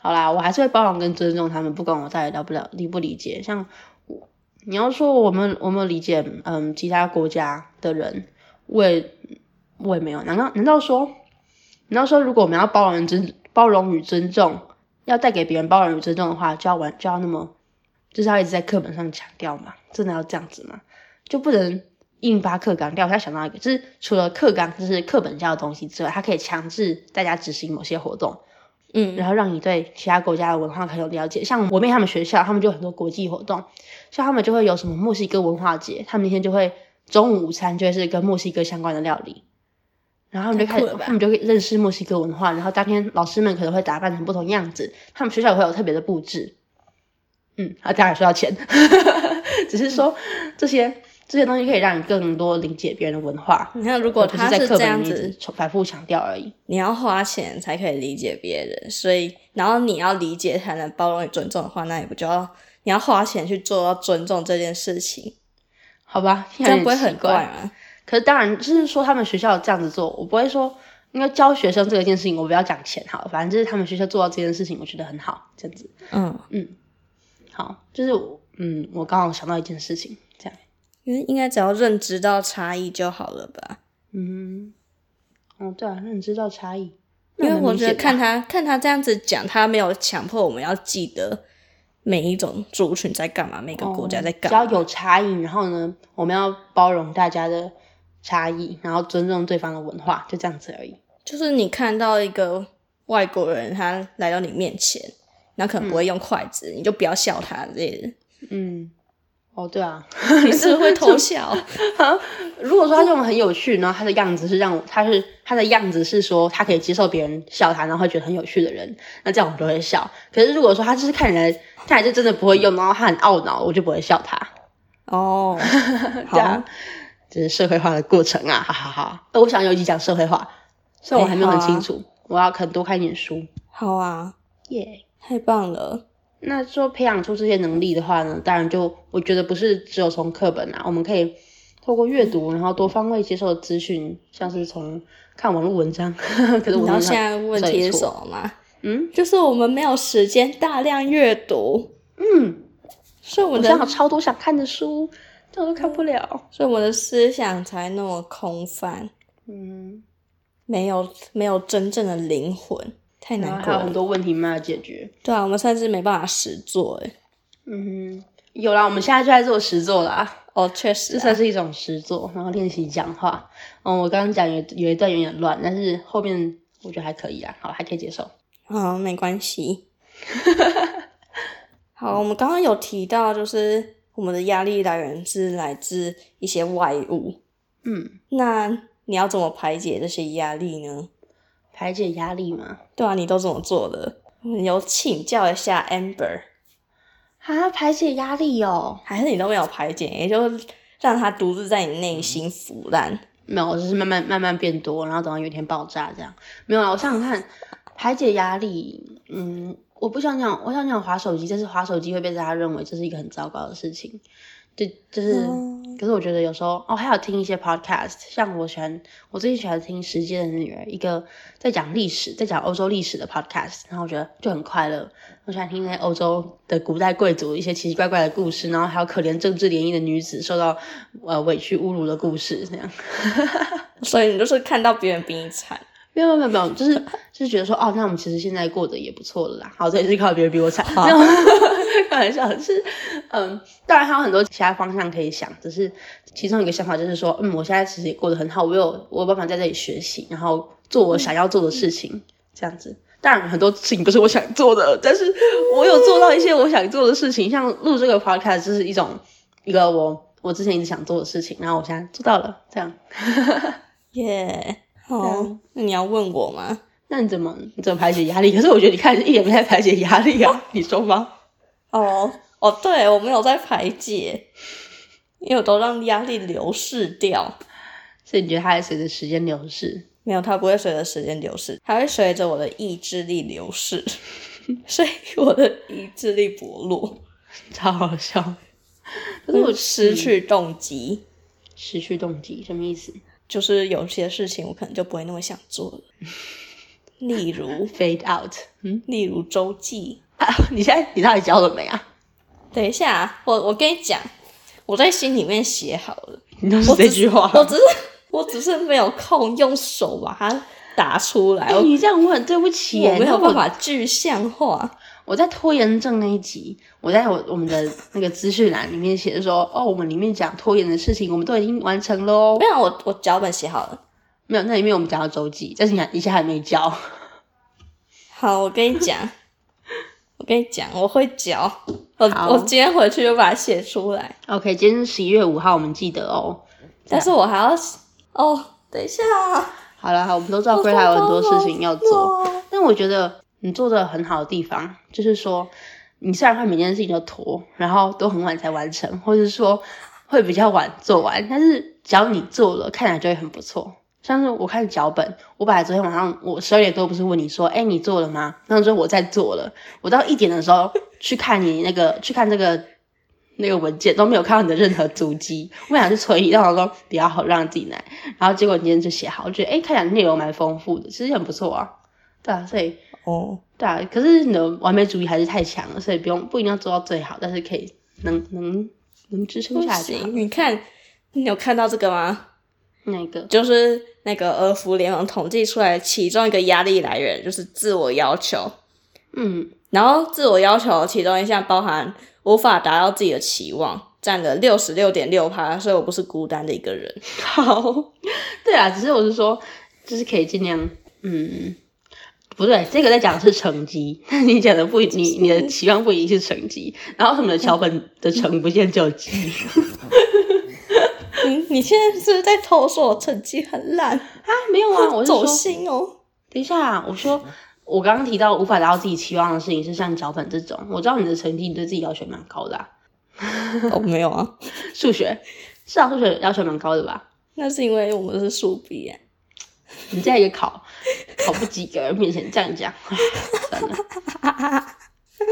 S2: 好啦，我还是会包容跟尊重他们，不管我到底了不了理不理解。像我，你要说我们我们理解，嗯，其他国家的人，我也我也没有。难道难道说，难道说，如果我们要包容尊包容与尊重，要带给别人包容与尊重的话，就要玩就要那么，就是要一直在课本上强调嘛？真的要这样子吗？就不能硬扒课纲。但我现在想到一个，就是除了课纲就是课本教的东西之外，它可以强制大家执行某些活动，
S1: 嗯，
S2: 然后让你对其他国家的文化很有了解。像我妹他们学校，他们就有很多国际活动，像他们就会有什么墨西哥文化节，他们那天就会中午午餐就会是跟墨西哥相关的料理。然后他们就
S1: 太
S2: 开
S1: 酷
S2: 始
S1: 了，吧
S2: 他们就会认识墨西哥文化。然后当天老师们可能会打扮成不同样子，他们学校也会有特别的布置。嗯，啊，当然需要钱， (laughs) 只是说这些这些东西可以让你更多理解别人的文化。
S1: 你看，如果
S2: 而不
S1: 他
S2: 是在课
S1: 这
S2: 本
S1: 样
S2: 里面一
S1: 子，
S2: 直重反复强调而已。
S1: 你要花钱才可以理解别人，所以然后你要理解才能包容与尊重的话，那你不就要你要花钱去做到尊重这件事情，
S2: 好吧，这
S1: 这样不会很
S2: 啊
S1: 怪吗？
S2: 可是当然，就是说他们学校这样子做，我不会说，因为教学生这个件事情，我不要讲钱好了，反正就是他们学校做到这件事情，我觉得很好，这样子。
S1: 嗯，
S2: 好，就是我嗯，我刚好想到一件事情，这样，
S1: 因为应该只要认知到差异就好了吧？
S2: 嗯，哦对啊，认知到差异，
S1: 因为我觉得看
S2: 他
S1: 他看他这样子讲，他没有强迫我们要记得每一种族群在干嘛，每个国家在干
S2: 哦只要
S1: 嘛。
S2: 有差异，然后呢，我们要包容大家的差异，然后尊重对方的文化，就这样子而已。
S1: 就是你看到一个外国人他来到你面前，然后可能不会用筷子，你就不要笑他之类的。
S2: 嗯，哦，对啊，
S1: (laughs) 你是不是会偷笑？
S2: (laughs) 如果说他这种很有趣，然后他的样子是让我，他是他的样子是说他可以接受别人笑他，然后会觉得很有趣的人，那这样我就会笑。可是如果说他就是看起来，看起来就真的不会用，然后他很懊恼，我就不会笑他。
S1: 哦，
S2: (laughs) 对啊
S1: 好，，
S2: 这是社会化的过程啊， (laughs) 哈哈哈。呃我想有一集讲社会化，虽然我还没有很清楚，我要可能多看一点书。
S1: 好啊，
S2: 耶、
S1: 太棒了。
S2: 那说培养出这些能力的话呢，当然就我觉得不是只有从课本啊，我们可以透过阅读，然后多方位接受资讯，像是从看网络文章。 (laughs) 可是
S1: 然后
S2: 我文章
S1: 现在问题是什
S2: 错
S1: 么吗？
S2: 嗯
S1: 就是我们没有时间大量阅读，
S2: 嗯，
S1: 所以我
S2: 我
S1: 们
S2: 真的有
S1: 的
S2: 超多想看的书，但我都看不了。
S1: 所以我们的思想才那么空泛，
S2: 嗯，
S1: 没有没有真正的灵魂，太
S2: 然后
S1: 难过
S2: 还有很
S1: 了。
S2: 多问题没有解决。
S1: 对啊，我们甚至没办法实做哎。
S2: 嗯，有啦，我们现在就在做实作啦。
S1: 哦，确实
S2: 这
S1: 啊、
S2: 算是一种实作，然后练习讲话。嗯，我刚刚讲有有一段有点乱，但是后面我觉得还可以啊，好，还可以接受。
S1: 好，没关
S2: (laughs)
S1: 系。好，我们刚刚有提到，就是我们的压力来源是来自一些外物。
S2: 嗯，
S1: 那你要怎么排解这些压力呢？
S2: 排解压力嘛。
S1: 对啊，你都怎么做的？嗯有请教一下 Amber，
S2: 啊，排解压力哦，
S1: 还是你都没有排解，也就让它独自在你内心腐烂？
S2: 没有，我就是慢慢慢慢变多，然后等到有一天爆炸这样。没有啦，啊我想想看，排解压力，嗯，我不想讲，我想讲划手机，但是划手机会被大家认为这是一个很糟糕的事情，就就是。
S1: 嗯
S2: 可是我觉得有时候哦，还有听一些 podcast，像我喜欢，我最近喜欢听《时间的女儿》，一个在讲历史，在讲欧洲历史的 podcast，然后我觉得就很快乐。我喜欢听那些欧洲的古代贵族一些奇奇怪怪的故事，然后还有可怜政治联姻的女子受到呃委屈侮辱的故事，这样。
S1: 所以你就是看到别人比你惨，
S2: 没有没有没有，就是就是觉得说哦，那我们其实现在过得也不错了啦。好，这也是靠别人比我惨，
S1: 好
S2: 没有开玩笑，是嗯，当然还有很多其他方向可以想，只是其中一个想法就是说，嗯，我现在其实也过得很好，我有我有办法在这里学习，然后做我想要做的事情，这样子。当然，很多事情不是我想做的，但是我有做到一些我想做的事情，像录这个 podcast 就是一种一个我我之前一直想做的事情，然后我现在做到了，这样。
S1: 耶、
S2: 对
S1: 好，哦那你要问我吗？
S2: 那你怎么你怎么排解压力？可是我觉得你看一点没在排解压力啊， (laughs) 你说吗？
S1: 哦哦，对，我没有在排解，因为我都让压力流逝掉。
S2: 所以你觉得它还随着时间流逝？ (laughs)
S1: 没有，它不会随着时间流逝，它会随着我的意志力流逝， (laughs) 所以我的意志力薄弱，
S2: 超好笑。
S1: 就是
S2: 可
S1: 是我
S2: 我
S1: 失去动机。
S2: 失去动机，什么意思
S1: 就是有些事情我可能就不会那么想做了，例如
S2: ？Fade out。嗯，
S1: 例如周记。
S2: 啊、你现在你到底交了没啊？
S1: 等一下，啊我我跟你讲，我在心里面写好了，
S2: 你都是
S1: 我
S2: 这
S1: 只
S2: 句话。
S1: 我只是 (laughs) 我只是没有空用手把它打出来，
S2: 哎 (laughs)
S1: 我
S2: 你这样我很对不起耶，
S1: 我没有
S2: 你知道
S1: 办
S2: 啊我。
S1: 法具象化。
S2: 我在拖延症那一集，我在我我们的那个资讯栏里面写的说， (laughs) 哦，我们里面讲拖延的事情，我们都已经完成喽
S1: 没。有，我我脚本写好了。
S2: 没有，那里面我们讲到周记，但是你还你现在还没交。
S1: 好，我跟你讲，我跟你讲，我会脚。我
S2: 好
S1: 我今天回去就把它写出来，
S2: OK，今天是十一月五号，我们记得哦。
S1: 但是我还要哦，等一下，
S2: 好了，好，我们都知道
S1: 我
S2: Grey 还有很多事情要做，
S1: 做。
S2: 但我觉得你做的很好的地方，就是说，你虽然会每件事情都拖，然后都很晚才完成，或者说会比较晚做完，但是只要你做了，看起来就会很不错。像是我看脚本，我本来昨天晚上我十二点多不是问你说，哎、你做了吗？然后说我在做了，我到一点的时候去看你那个去看这个那个文件都没有看到你的任何足迹，我想去存疑，但我说比较好让自己来，然后结果你今天就写好，我觉得哎、诶看起来内容蛮丰富的，其实很不错啊，对啊，所以
S1: 哦，
S2: 对啊，可是你的完美主义还是太强了，所以不用不一定要做到最好，但是可以能能能支撑
S1: 不
S2: 下去。啊
S1: 行，你看，你有看到这个吗？
S2: 那个
S1: 就是那个俄服联盟统计出来，其中一个压力来源就是自我要求。
S2: 嗯， (laughs)
S1: 然后自我要求其中一项包含无法达到自己的期望，占了六十六点六趴，所以我不是孤单的一个人。
S2: 好，对啊，只是我是说，就是可以尽量，嗯，不对，这个在讲的是成绩，但你讲的不一，你你的期望不一定是成绩，然后他们的桥本的成不见就 (laughs) 鸡，
S1: (laughs) 嗯，你现在是不是在偷说我成绩很烂？
S2: 啊，没有啊，我是
S1: 走
S2: 说，
S1: 心哦。
S2: 等一下啊，我说。我刚刚提到无法达到自己期望的事情是像脚本这种，我知道你的成绩，你对自己要求蛮高的、啊。
S1: 哦，没有啊，
S2: 数学是啊，数学要求蛮高的吧？
S1: 那是因为我们是数比啊。
S2: 你在一个考 (laughs) 考不及格面前这样讲， (laughs) 算了，
S1: 不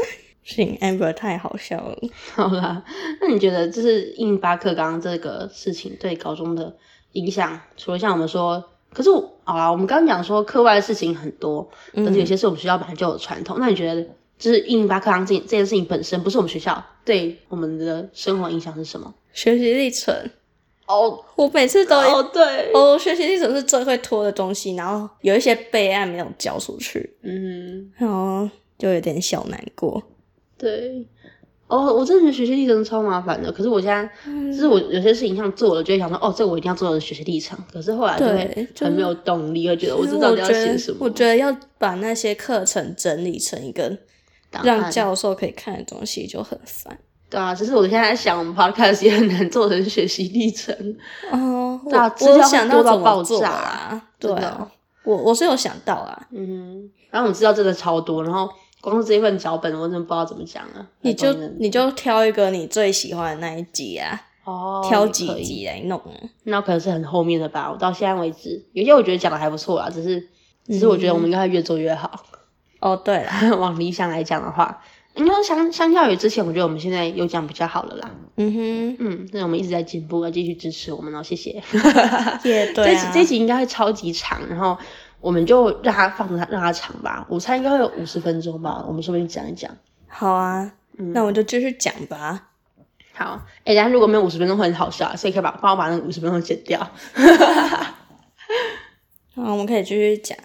S1: 行，amber 太好笑了。
S2: 好啦。那你觉得就是印巴克刚刚这个事情对高中的影响？除了像我们说，可是我好啦，我们刚刚讲说课外的事情很多，
S1: 嗯
S2: 但是有些是我们学校本来就有传统。那你觉得就是印巴克刚这这件事情本身不是我们学校对我们的生活影响是什么？
S1: 学习历程，
S2: 哦
S1: 我每次都
S2: 哦对，
S1: 哦，学习历程是最会拖的东西，然后有一些备案没有交出去，
S2: 嗯。
S1: 然后就有点小难过。
S2: 对，哦，我真的觉得学习历程超麻烦的。可是我现在，
S1: 嗯
S2: 就是我有些事情像做了，就会想说，哦，这个我一定要做的学习历程。可是后来就
S1: 对
S2: 会
S1: 就
S2: 很没有动力，会觉得我知道
S1: 我
S2: 你要
S1: 觉
S2: 写什
S1: 得
S2: 么，
S1: 我觉得要把那些课程整理成一个
S2: 档
S1: 让
S2: 案
S1: 教授可以看的东西就很烦。
S2: 对啊。只是我现在在想，我们 podcast 也很难做成学习历程。
S1: 哦，我
S2: 对啊资
S1: 我有
S2: 料会
S1: 想
S2: 多
S1: 怎
S2: 到
S1: 么
S2: 爆
S1: 做
S2: 炸
S1: 啊，对
S2: 真的
S1: 啊，我我是有想到啊，
S2: 嗯，然后我知道真的超多，然后光是这一份脚本，我真的不知道怎么讲了。
S1: 你就
S2: 来帮人
S1: 你就挑一个你最喜欢的那一集啊，
S2: 哦，
S1: 挑
S2: 也
S1: 几
S2: 可以
S1: 集来弄啊。
S2: 那可能是很后面的吧。我到现在为止，有些我觉得讲的还不错啦，只是只
S1: 嗯
S2: 是我觉得我们应该会越做越好。
S1: 哦，对了，
S2: (laughs) 往理想来讲的话，应该说相相较于之前，我觉得我们现在有讲比较好了啦。
S1: 嗯
S2: 嗯，那我们一直在进步，要继续支持我们哦，谢 (laughs) 谢。
S1: 哼，也对
S2: 这集
S1: 啊，
S2: 这集应该会超级长，然后我们就让它放着它让它长吧。我猜应该会有五十分钟吧，我们顺便讲一讲。
S1: 好啊，
S2: 嗯
S1: 那我就继续讲吧。
S2: 好，哎、欸，但如果没有五十分钟会很好笑啊，所以可以把帮我把那五十分钟剪掉。
S1: 那嗯我们可以继续讲。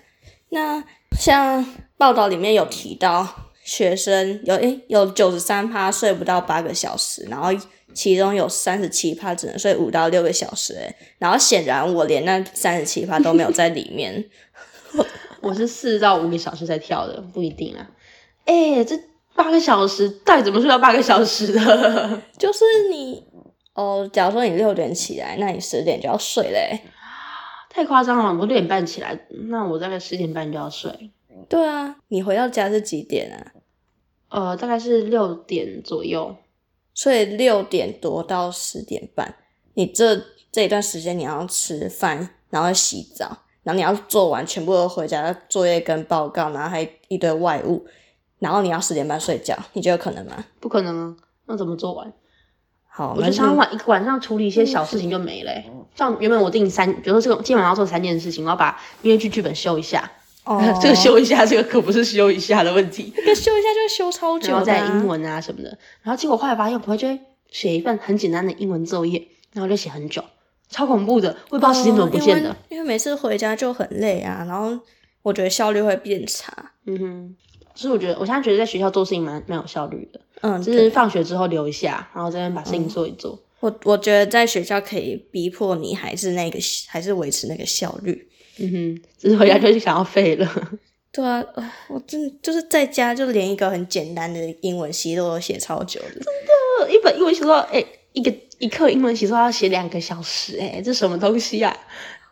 S1: 那像报道里面有提到，学生有诶有九十三趴睡不到八个小时，然后其中有三十七趴只能睡五到六个小时、诶然后显然我连那三十七趴都没有在里面。 (laughs)
S2: 我是四到五个小时才跳的，不一定啊。哎、这八个小时到底怎么睡到八个小时的？
S1: 就是你哦，假如说你六点起来，那你十点就要睡嘞、
S2: 太夸张了！我六点半起来，那我大概十点半就要睡，
S1: 对啊，你回到家是几点啊？
S2: 呃，大概是六点左右。
S1: 所以六点多到十点半，你这这一段时间你要吃饭，然后洗澡，然后你要做完全部的回家的作业跟报告，然后还一堆外务，然后你要十点半睡觉，你觉得有可能吗？
S2: 不可能啊，那怎么做完？
S1: 好，
S2: 我就
S1: 那嗯
S2: 想要晚一个晚上处理一些小事情就没了欸、像原本我定三，比如说这个今天晚上要做三件事情，我要把音乐剧剧本修一下。
S1: 哦
S2: (laughs) 这个修一下，这个可不是修一下的问题。
S1: 这个修一下就修超久
S2: 然后
S1: 的、
S2: 再英，文啊什么的，然后结果后来发现我就会写一份很简单的英文作业，然后就写很久，超恐怖的，我也不知道时间怎么不见的。
S1: 哦因为因为每次回家就很累啊，然后我觉得效率会变差。
S2: 嗯哼，所以我觉得我现在觉得在学校做事情蛮蛮有效率的。
S1: 嗯，
S2: 就是放学之后留一下，然后在那边把事情做一做。
S1: 我我觉得在学校可以逼迫你还是那个还是维持那个效率。
S2: 嗯哼，只是回家就是想要废了。 (laughs)
S1: 对啊，呃我真的就是在家就连一个很简单的英文习都有写超久的，
S2: 一本英文习作，哎、一个一课英文习作要写两个小时、哎，这什么东西啊？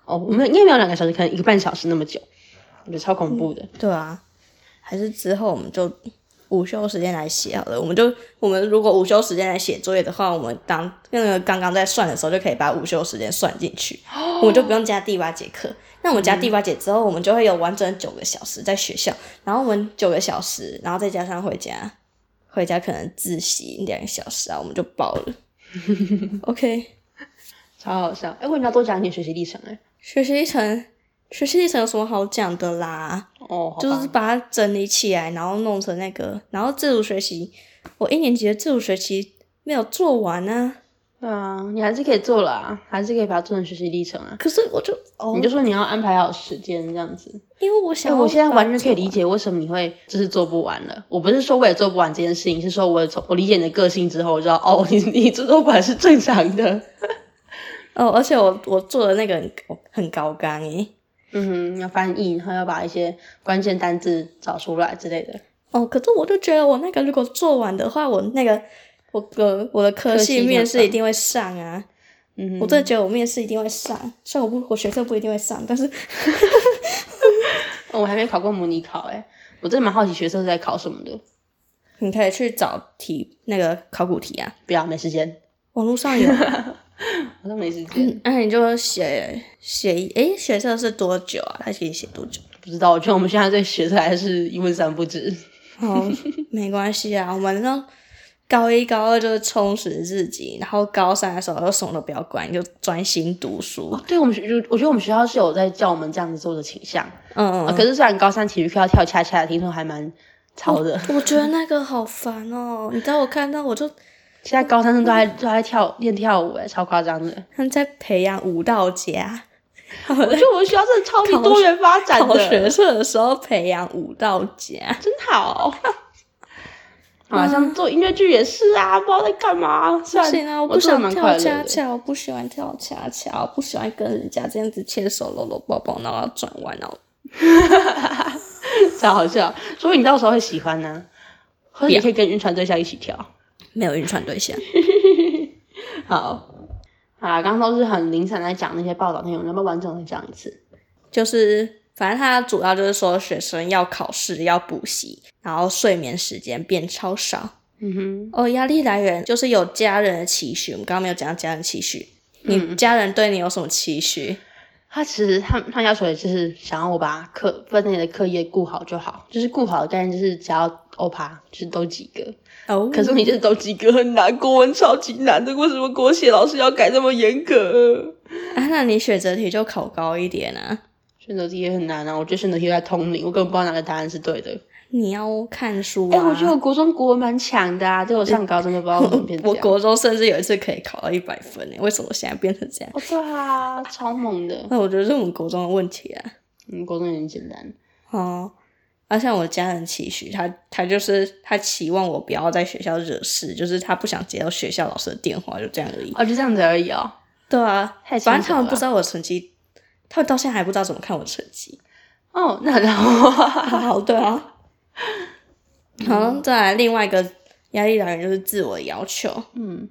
S2: 哦，我们应该没有两个小时，可能一个半小时那么久，我觉得超恐怖的。
S1: 对啊，还是之后我们就午休时间来写好了。我们就我们如果午休时间来写作业的话，我们当那个刚刚在算的时候就可以把午休时间算进去，我们就不用加第八节课。那我们加第八节之后，我们就会有完整九个小时在学校，然后我们九个小时，然后再加上回家，回家可能自习两个小时啊，我们就爆了。OK。
S2: 超好笑。哎、为什么要多讲一点学习历程、哎，
S1: 学习历程，学习历程有什么好讲的啦？
S2: 哦，好吧
S1: 就是把它整理起来，然后弄成那个，然后自主学习，我一年级的自主学习没有做完呢、
S2: 对啊，你还是可以做啦，还是可以把它做成学习历程啊。
S1: 可是我就哦
S2: 你，就说你要安排好时间这样子。
S1: 因为我
S2: 哎、
S1: 想要把它做完，
S2: 我现在完全可以理解为什么你会就是做不完了。我不是说我也做不完这件事情，是说我从我理解你的个性之后，我知道哦，你你做不完是正常的。
S1: 哦，而且我我做的那个很高很高欸纲诶。
S2: 嗯哼，要翻译，然后要把一些关键单字找出来之类的。
S1: 哦，可是我就觉得我那个如果做完的话，我那个我的我的科
S2: 科系一
S1: 系
S2: 定
S1: 面
S2: 会
S1: 试
S2: 上
S1: 一定会上啊！
S2: 嗯哼，
S1: 我真的觉得我面试一定会上，虽然我不我学测不一定会上，但是 (laughs)
S2: 哦我还没考过模拟考哎、我真的蛮好奇学生是在考什么的。
S1: 你可以去找题那个考古题啊，
S2: 不要，没时间，
S1: 网络上 (laughs) 有，
S2: 我都没时间。
S1: 嗯那、你就写写诶，学测是多久啊？他写写多久？
S2: 不知道，我觉得我们现在对学测还是一问三不知。
S1: 哦，没关系啊，我们那高一高二就是充实自己，然后高三的时候就什么都不要管，你就专心读书
S2: 哦。，对我们学，我觉得我们学校是有在叫我们这样子做的倾向。
S1: 嗯，
S2: 啊，可是虽然高三体育课要跳恰恰，听说还蛮吵的。
S1: 我觉得那个好烦哦！你知道我看到我就
S2: 现在高三生都还都还跳练跳舞，哎，超夸张的。
S1: 他们在培养舞蹈家，
S2: 我觉得我们学校真
S1: (laughs)
S2: 的超级多元发展
S1: 考学
S2: 的，
S1: 测的时候培养舞蹈 (laughs) 家，
S2: 真好。啊，像做音乐剧也是啊，不知道在干嘛。虽
S1: 不
S2: 然
S1: 行啊！我
S2: 我
S1: 不
S2: 做的
S1: 想
S2: 蛮快
S1: 跳
S2: 乐
S1: 恰
S2: 的，
S1: 恰，我不喜欢跳恰恰，我不喜欢跟人家这样子牵手搂搂抱抱，然后转弯，然后
S2: 超好笑。所以你到时候会喜欢呢、或者你可以跟晕船对象一起跳。
S1: 没有晕船对象。嗯
S2: 好，啊，刚刚都是很零散在讲那些报道内容，能不能完整的讲一次？
S1: 就是反正它主要就是说学生要考试要补习，然后睡眠时间变超少。
S2: 嗯哼，
S1: 哦，压力来源就是有家人的期许，我们刚刚没有讲到家人期许。你家人对你有什么期许？
S2: 他其实他他要求也就是想要我把课分内的课业顾好就好，就是顾好的概念就是只要欧趴就是都及格。
S1: 哦，
S2: 可是你就是都及格很难，国文超级难的，为什么国写老师要改这么严格？
S1: 啊，那你选择题就考高一点啊！
S2: 选择题也很难啊，我觉得选择题在通灵，我根本不知道哪个答案是对的。
S1: 你要看书
S2: 哎、
S1: 啊！
S2: 我觉得我国中国文蛮强的啊，结果上高中就不知道怎么 (laughs) 变这
S1: 我
S2: 样。
S1: 国中甚至有一次可以考到一百分呢，欸为什么现在变成这样？
S2: 哦，对啊，超猛的。
S1: 那我觉得是我们国中的问题啊。
S2: 嗯，国中有点简单。
S1: 哦，而像我家人期许他，他就是他期望我不要在学校惹事，就是他不想接到学校老师的电话，就这样而已。
S2: 哦，就这样子而已哦。
S1: 对啊，
S2: 太
S1: 反正
S2: 清楚
S1: 他们
S2: 了
S1: 不知道我的成绩，他们到现在还不知道怎么看我的成绩。
S2: 哦，那很好。
S1: 好，对 (laughs) 啊。好，再来另外一个压力来源就是自我要求。
S2: 嗯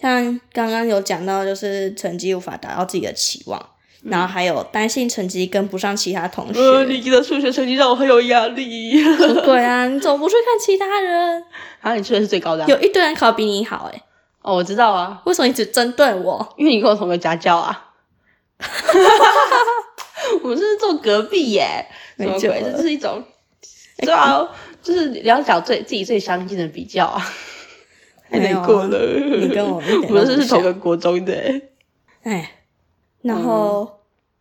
S1: 像刚刚有讲到，就是成绩无法达到自己的期望，然后还有担心成绩跟不上其他同学。
S2: 呃，你的数学成绩让我很有压 (laughs) 力。
S1: (laughs) 对啊，你怎么不去看其他 (laughs) 人？
S2: 然后你数学是最高的啊、
S1: 有一堆人考比你好、欸，
S2: 哦，我知道啊，
S1: 为什么你只针对我？
S2: 因为你跟我同个家
S1: (laughs)
S2: 教啊。我们是坐隔壁耶，什么
S1: 没救
S2: 鬼？
S1: 了哎
S2: 这是一种，对啊，就是两小最自己最相近的比较啊，太
S1: 没有
S2: 难
S1: 啊
S2: 过了。
S1: 你跟我一点都
S2: (laughs) 我们
S1: 不
S2: 是同
S1: 像
S2: 个国中的耶，
S1: (laughs) 哎，然后、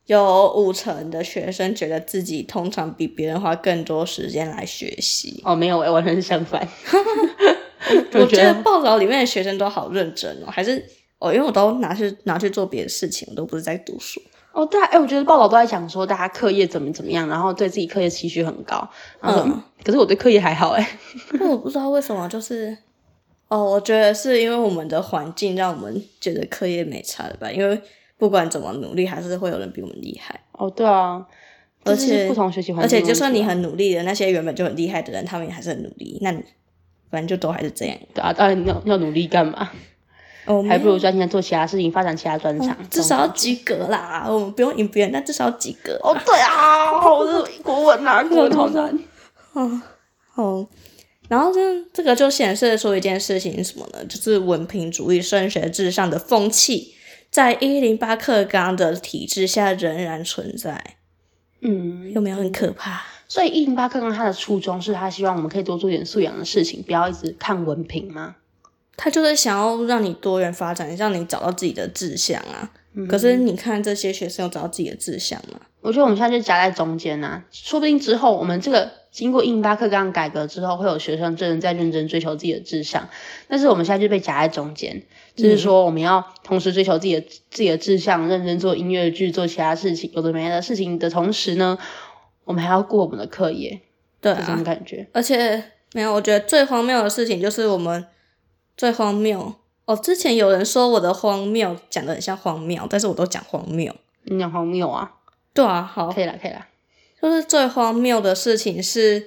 S1: 有五成的学生觉得自己通常比别人花更多时间来学习。
S2: 哦，没有耶，完全是相反。
S1: (laughs) 我觉
S2: 觉
S1: 得报道里面的学生都好认真哦，还是哦，因为我都拿去拿去做别的事情，我都不是在读 (laughs) 书。
S2: 哦，对啊，哎、我觉得报道都在讲说大家课业怎么怎么样，然后对自己课业期许很高，然后说、
S1: 嗯
S2: 嗯可是我对课业还好哎、
S1: 但我不知道为什么，就是哦，我觉得是因为我们的环境让我们觉得课业没差了吧？因为不管怎么努力，还是会有人比我们厉害。
S2: 哦，对啊，
S1: 而
S2: 这就是
S1: 且
S2: 不同学习环
S1: 而
S2: 境
S1: 且
S2: 的问题啊，
S1: 就算你很努力的那些原本就很厉害的人，他们也还是很努力。那你反正就都还是这样，
S2: 对啊，当然你要要努力干嘛？
S1: 哦，
S2: 还不如专心地做其他事情，发展其他专长，
S1: 至
S2: 这种
S1: 少要及格啦。我们不用赢别人，但至少要及格。
S2: 哦，对啊，我是国文 (laughs) 啊，国文好难。
S1: 哦，然后这这个就显示出一件事情是什么呢？就是文凭主义升学至上的风气，在一零八课纲的体制下仍然存在，
S2: 嗯，
S1: 有没有很可怕？
S2: 所以一零八课纲它的初衷是他希望我们可以多做点素养的事情，不要一直看文凭吗？
S1: 他就是想要让你多元发展，让你找到自己的志向啊。
S2: 嗯
S1: 可是你看这些学生有找到自己的志向吗？
S2: 啊我觉得我们现在就夹在中间呐、说不定之后我们这个经过印巴克纲改革之后，会有学生真的在认真追求自己的志向，但是我们现在就被夹在中间，就是说我们要同时追求自己的自己的志向，认真做音乐剧，做其他事情，有的没的事情的同时呢，我们还要过我们的课业，
S1: 对
S2: 这种
S1: 啊，
S2: 感觉。
S1: 而且没有，我觉得最荒谬的事情就是我们最荒谬哦。之前有人说我的荒谬讲的很像荒谬，但是我都讲荒谬。
S2: 你讲荒谬啊？
S1: 对啊，好
S2: 可，以啦，可以啦。
S1: 就是最荒谬的事情是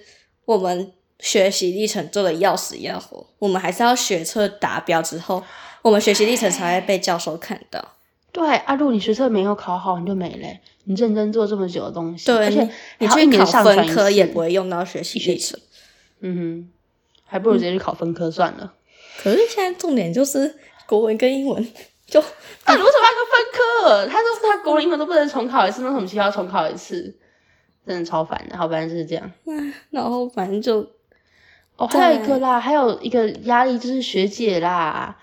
S1: 我们学习历程做的要死要活，我们还是要学测达标之后，我们学习历程才会被教授看到。
S2: 对啊，如果你学测没有考好，你就没了。欸你认真做这么久的东西，
S1: 对，
S2: 而且
S1: 你
S2: 还要一
S1: 去
S2: 年
S1: 考
S2: 上传
S1: 分
S2: 一
S1: 科
S2: 次
S1: 也不会用到学习历程。
S2: 嗯哼，还不如直接去考分科算了。
S1: (laughs) 可是现在重点就是国文跟英文，就
S2: 那、你为什么要跟分科？他说他国文、英文都不能重考一次，那为什么需要重考一次？真的超烦的。好，反正就是这样。
S1: 然后反正就
S2: 哦，还有
S1: 对
S2: 一个啦，还有一个压力就是学姐啦。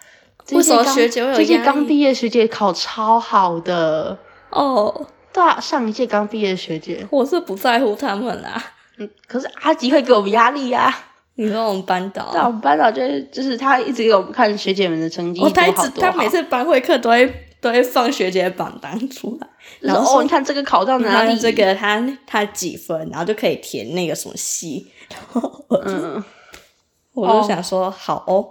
S2: 最
S1: 为什
S2: 近
S1: 么
S2: 刚
S1: 学姐会有
S2: 最近
S1: 压
S2: 刚
S1: 力
S2: 毕业学姐考超好的，
S1: 哦，
S2: 对啊，上一届刚毕业的学姐。
S1: 我是不在乎他们啦。
S2: 嗯，可是阿吉会给我们压力呀、
S1: 你说我们班导
S2: 但我
S1: 啊，
S2: 们班长就是就是他一直给我们看学姐们的成绩
S1: 哦，
S2: 多
S1: 他一
S2: 好
S1: 直
S2: 多好，
S1: 他每次班会课都会都会放学姐榜单出来，
S2: 然
S1: 然后
S2: 后
S1: 说
S2: 哦，你看这个考到哪
S1: 然后
S2: 里，
S1: 这个他他几分，然后就可以填那个什么系。然后我就
S2: 嗯，
S1: 我就想说好哦，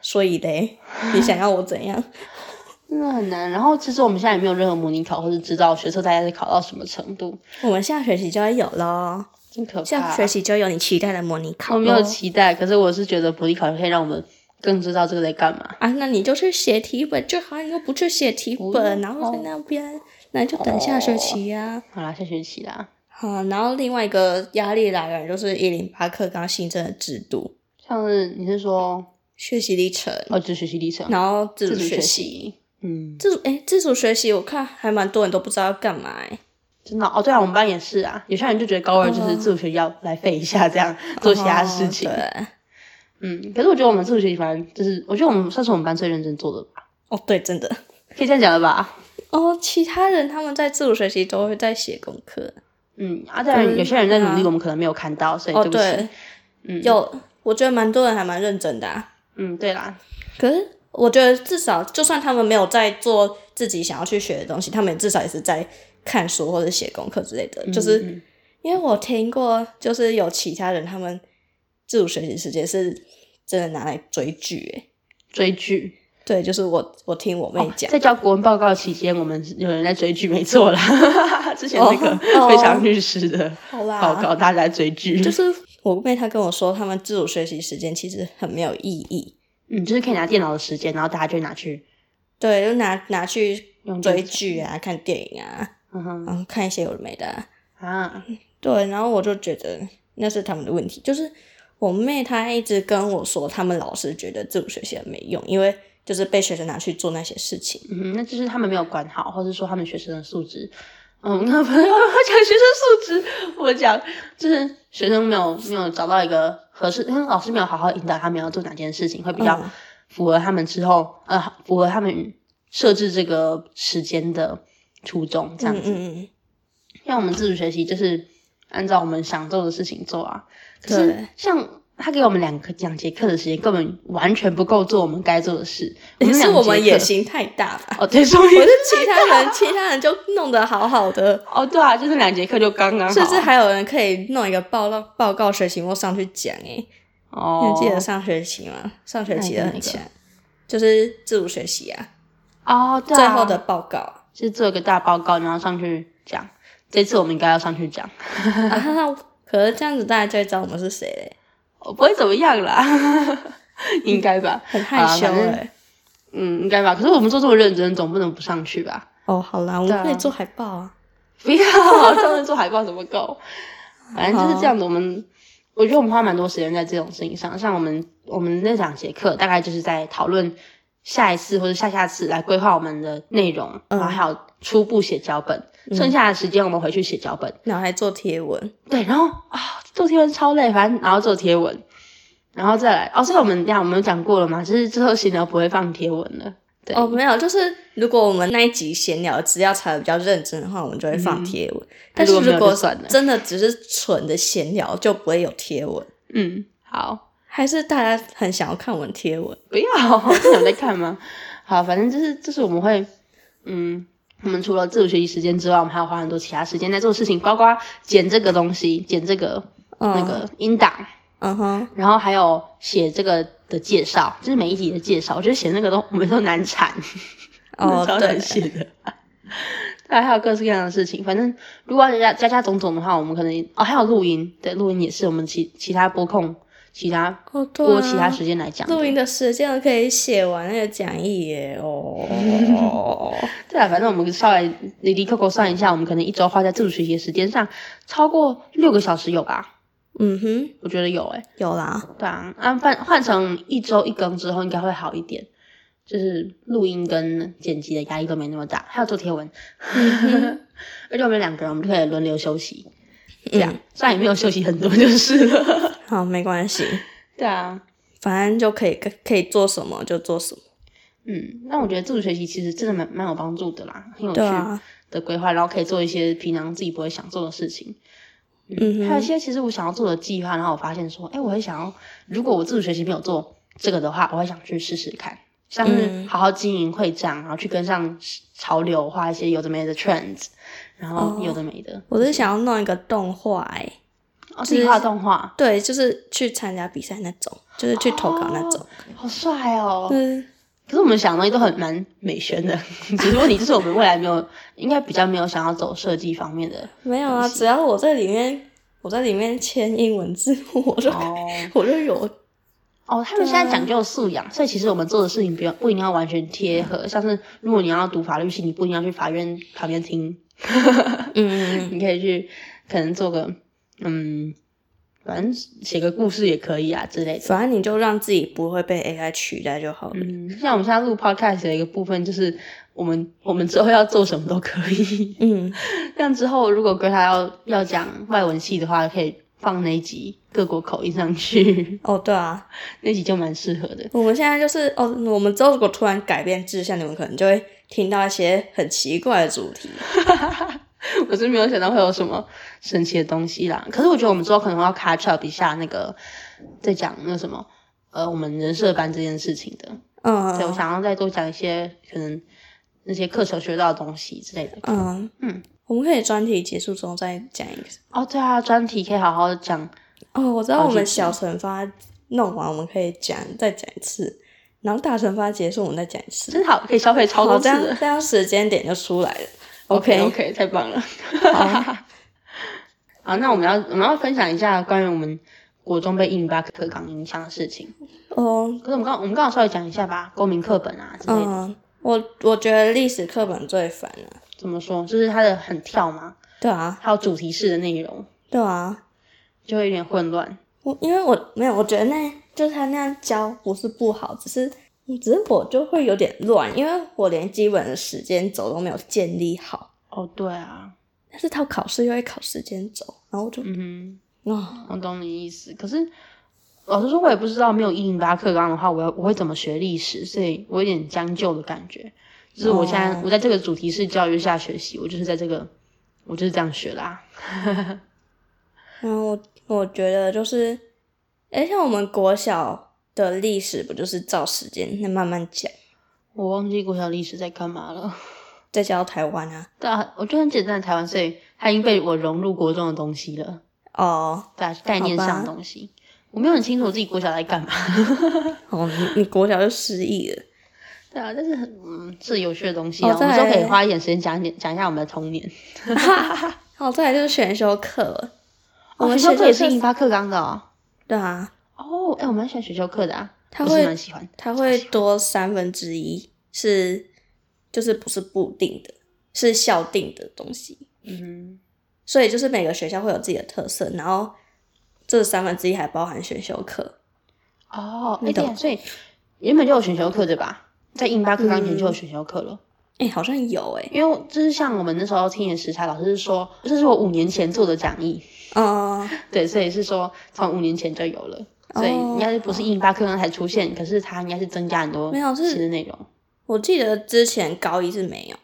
S1: 所以嘞，你想要我怎样？ (laughs)
S2: 真的很难。然后其实我们现在也没有任何模拟考，或是知道学测大概是考到什么程度，
S1: 我们下学期就要有咯，
S2: 真可怕。
S1: 下学哦期就有你期待的模拟考
S2: 我
S1: 咯。
S2: 没有期待，可是我是觉得模拟考可以让我们更知道这个在干嘛。
S1: 啊，那你就去写题本就好，你又不去写题
S2: 不
S1: 本，
S2: 用哦
S1: 然后在那边，那你就等下学期呀、
S2: 好啦，下学期啦，
S1: 好，然后另外一个压力来源就是一零八课纲新增的制度，
S2: 像是你是说
S1: 学习历程，
S2: 哦，就是学习历程，
S1: 然后自
S2: 自
S1: 主
S2: 主
S1: 学
S2: 学
S1: 习。
S2: 习，嗯，
S1: 自主哎、自主学习我看还蛮多人都不知道要干嘛哎、
S2: 真的哦，对啊，我们班也是啊，有些人就觉得高二就是自主学习要来废一下，这样做其他事情。
S1: 哦对，
S2: 嗯，可是我觉得我们自主学习反正就是，我觉得我们算是我们班最认真做的吧，
S1: 哦对，真的。
S2: 可以这样讲了吧？
S1: 哦，其他人他们在自主学习都会在写功课。
S2: 嗯，啊，当然有些人在努
S1: 对
S2: 力，
S1: 啊
S2: 我们可能没有看到，所以
S1: 哦，
S2: 不起
S1: 对。，
S2: 嗯，
S1: 有，我觉得蛮多人还蛮认真的、啊。
S2: 嗯，对啦，
S1: 可是我觉得至少，就算他们没有在做自己想要去学的东西，他们也至少也是在看书或者写功课之类的。就是
S2: 嗯
S1: 因为我听过，就是有其他人他们自主学习时间是真的拿来追剧、欸，
S2: 追剧。
S1: 对，就是我我听我妹讲，
S2: 哦在交国文报告期间，我们有人在追剧，没错啦。
S1: (laughs)
S2: 之前那个
S1: 哦哦
S2: 非常律师的
S1: 好啦
S2: 报告，大家在追剧，
S1: 就是我妹她跟我说，他们自主学习时间其实很没有意义，
S2: (laughs) 嗯，就是可以拿电脑的时间，然后大家就拿去
S1: 对，就拿拿去
S2: 用电
S1: 追
S2: 子，
S1: 剧啊、看电影啊，
S2: 嗯哼
S1: 然后看一些有的没的啊、
S2: 啊，
S1: 对，然后我就觉得那是他们的问题，就是我妹她一直跟我说，他们老师觉得自主学习很没用，因为就是被学生拿去做那些事情。
S2: 嗯哼，那就是他们没有管好，或者说他们学生的素质。嗯， (laughs) 那不要讲学生素质，我讲就是学生没有没有找到一个合适，因为老师没有好好引导他们要做哪件事情，会比较
S1: 嗯
S2: 符合他们之后、呃符合他们设置这个时间的初衷这样
S1: 嗯
S2: 子。
S1: 嗯嗯，
S2: 像我们自主学习就是按照我们想做的事情做啊。可是
S1: 对
S2: 像他给我们两个两节课的时间，根本完全不够做我们该做的事。
S1: 也是
S2: 两
S1: 我
S2: 节
S1: 们野
S2: 课
S1: 心太大吧？
S2: 哦，对，说明
S1: (laughs) 可是其他人，其他人就弄得好好的，
S2: 哦，对啊，就是两节课就刚刚好，啊
S1: 甚至还有人可以弄一个报告报告学期末上去讲诶、你
S2: 哦，
S1: 还记得上学期吗？上学期的
S2: 哪
S1: 很
S2: 一个
S1: 强，就是自主学习啊，
S2: 哦，对
S1: 最
S2: 啊，
S1: 后的报告 (laughs) 啊。
S2: 是做一个大报告，然后上去讲。这次我们应该要上去讲，
S1: 啊可是这样子大家就会知道我们是谁嘞，
S2: 我不会怎么样啦， (laughs) 应该吧？
S1: 很害
S2: 好啦
S1: 羞
S2: 啊
S1: 欸
S2: 反正
S1: 诶、
S2: 嗯，应该吧。可是我们做这么认真，总不能不上去吧？
S1: 哦，好啦，我
S2: 对
S1: 们
S2: 啊
S1: 可以做海报啊。
S2: 不要，专门做海报怎么
S1: (laughs)
S2: 够？反正就是这样子。我们我觉得我们花蛮多时间在这种事情上，像我们我们那两节课大概就是在讨论下一次或者下下次来规划我们的内容，
S1: 嗯
S2: 然后还有初步写脚本，剩下的时间我们回去写脚本。
S1: 然后还做贴文，
S2: 对，然后啊、做贴文超累，反正然后做贴文，然后再来哦，这个我们这样我们有讲过了嘛，就是之后行疗不会放贴文了。对，
S1: 哦，没有，就是如果我们那一集闲聊资料查的比较认真的话，我们就会放贴文。但是
S2: 嗯如果没有
S1: 如果
S2: 就算了
S1: 真的只是纯的闲聊，就不会有贴文。
S2: 嗯，好。
S1: 还是大家很想要看我们贴文，
S2: 不要，这有在看吗？ (laughs) 好，反正就是就是我们会，嗯，我们除了自主学习时间之外，我们还要花很多其他时间在做事情，包括剪这个东西，剪这个、
S1: 嗯、
S2: 那，个音档，
S1: 嗯哼，
S2: 然后还有写这个的介绍，就是每一集的介绍。我觉得写那个都我们都难产，
S1: 哦，
S2: (laughs) 超
S1: 对
S2: 难，写的。对，还有各式各样的事情，反正如果要加加加总总的话，我们可能哦，还有录音，对，录音也是我们其其他播控、其他
S1: 哦，对、
S2: 播
S1: 啊，
S2: 其他时间来讲的
S1: 录音的时间我可以写完那个讲义耶，
S2: (laughs)
S1: 哦， (laughs)
S2: 对啊，反正我们稍微离离扣扣算一下，我们可能一周花在自主学习的时间上超过六个小时有吧？
S1: 嗯哼，
S2: 我觉得有诶、
S1: 有啦，
S2: 对啊，啊换换成一周一更之后应该会好一点，就是录音跟剪辑的压力都没那么大，还有做贴文，
S1: 嗯
S2: (laughs) 而且我们两个人我们就可以轮流休息，这样、虽然也没有休息很多就是
S1: (laughs)
S2: 了。
S1: 嗯好，没关系，
S2: 对啊，
S1: 反正就可以可以做什么就做什么，
S2: 嗯，那我觉得自主学习其实真的蛮蛮有帮助的啦，很有趣
S1: 对啊，
S2: 的规划，然后可以做一些平常自己不会想做的事情。
S1: 嗯哼
S2: 还有一些其实我想要做的计划，然后我发现说，哎，我会想要，如果我自主学习没有做这个的话，我会想去试试看，像是
S1: 嗯
S2: 好好经营会账，然后去跟上潮流，画一些有的没的 trends，然后
S1: 哦
S2: 有的没的，
S1: 我是想要弄一个动画、哎，
S2: 哦，自己画动画，
S1: 对，就是去参加比赛那种，就是去投稿那种，
S2: 好帅哦！
S1: 嗯，
S2: 可是我们想的东西都很蛮美宣的， (laughs) 只是问题就是我们未来没有，应该比较没有想要走设计方面
S1: (laughs)
S2: 的
S1: 没有啊，只要我在里面，我在里面签英文字幕，我就、
S2: 哦。
S1: (laughs) 我就有，
S2: 哦，他们现在讲究素养，所以其实我们做的事情不要不一定要完全贴合。像是如果你要读法律系，你不一定要去法院旁边听，
S1: 嗯，
S2: (laughs) 你可以去可能做个嗯，反正写个故事也可以啊之类的。
S1: 反正你就让自己不会被 AI 取代就好了。
S2: 嗯，像我们现在录 podcast 的一个部分就是我们我们之后要做什么都可以。 (laughs)
S1: 嗯，
S2: 这样之后如果 Greta 要要讲外文系的话，可以放那一集各国口音上去， (laughs)
S1: 哦，对啊，
S2: 那集就蛮适合的。
S1: 我们现在就是哦，我们之后如果突然改变志向，你们可能就会听到一些很奇怪的主题。
S2: 我是没有想到会有什么神奇的东西啦。可是我觉得我们之后可能要 catch up 一下那个，在讲那个什么，呃，我们人设班这件事情的。对，我
S1: 嗯
S2: 想要再多讲一些可能那些课程学到的东西之类的。
S1: 嗯
S2: 嗯，
S1: 我们可以专题结束中再讲一个。
S2: 哦，对啊，专题可以好好讲。
S1: 哦，我知道
S2: 好
S1: 我们
S2: 谢谢
S1: 小惩罚弄完，我们可以讲再讲一次，然后大惩罚结束，我们再讲一次。
S2: 真好，可以消费超
S1: 好，
S2: 多
S1: 这
S2: 次
S1: 样
S2: 的。
S1: 这样时间点就出来了。
S2: OK
S1: OK，
S2: OK，太 (laughs) 棒了。
S1: 好，
S2: 好，那我们要我们要分享一下关于我们国中被印巴课纲影响的事情。
S1: 哦，
S2: 可是我们刚我们刚好稍微讲一下吧，公民课本啊之类的。
S1: 嗯，我我觉得历史课本最烦了。
S2: 怎么说？就是它的很跳嘛，
S1: 对啊，
S2: 还有主题式的内容，
S1: 对啊，
S2: 就会有点混乱。
S1: 我因为我没有，我觉得那就是他那样教不是不好，只是只是我就会有点乱，因为我连基本的时间轴都没有建立好，
S2: 哦，对啊，
S1: 但是他考试又会考时间轴，然后我就
S2: 嗯
S1: 哦，
S2: 哼，我懂你意思。可是老实说，我也不知道没有一零八课纲的话，我要我会怎么学历史，所以我有点将就的感觉。就是我现在、
S1: 哦
S2: 我在这个主题式教育下学习，我就是在这个我就是这样学啦。
S1: 然后我我觉得就是，哎，像我们国小的历史不就是照时间那慢慢讲，
S2: 我忘记国小历史在干嘛了，
S1: 再教台湾啊，
S2: (laughs) 对啊，我觉得很简单的台湾，所以它已经被我融入国中的东西了，
S1: 哦，
S2: 对、啊，概念上的东西。我没有很清楚我自己国小在干嘛，
S1: 哦，你你国小就失忆了，
S2: 对啊，但是很嗯是有趣的东西啊，
S1: 哦
S2: 我们
S1: 再
S2: 都可以
S1: 来
S2: 花一点时间讲一点讲一下我们的童年。
S1: 好，再来就是选修课了，我们
S2: 哦学
S1: 选
S2: 校课
S1: 修
S2: 也是印
S1: 课，
S2: 发课纲的哦。
S1: 对啊，
S2: 哦，哎、我蛮喜欢选修课的啊，
S1: 他
S2: 我是
S1: 会
S2: 蛮喜欢。
S1: 它会多三分之一是，就是不是固定的，是校定的东西，
S2: 嗯
S1: 所以就是每个学校会有自己的特色，然后这三分之一还包含选修课。
S2: 哼，哦，哎、
S1: 你
S2: 对
S1: 懂
S2: 啊，所以原本就有选修课对吧？在印巴课纲前就有
S1: 嗯
S2: 选修课了，
S1: 哎、好像有哎、
S2: 因为就是像我们那时候听的时差，老师是说，这是我五年前做的讲义，
S1: 嗯，
S2: 对，所以是说从五年前就有 (laughs) 了，所以
S1: 哦
S2: 应该是不是印巴课纲才出现，可是它应该是增加很多
S1: 没有是
S2: 新的内容。
S1: 我记得之前高一是没有，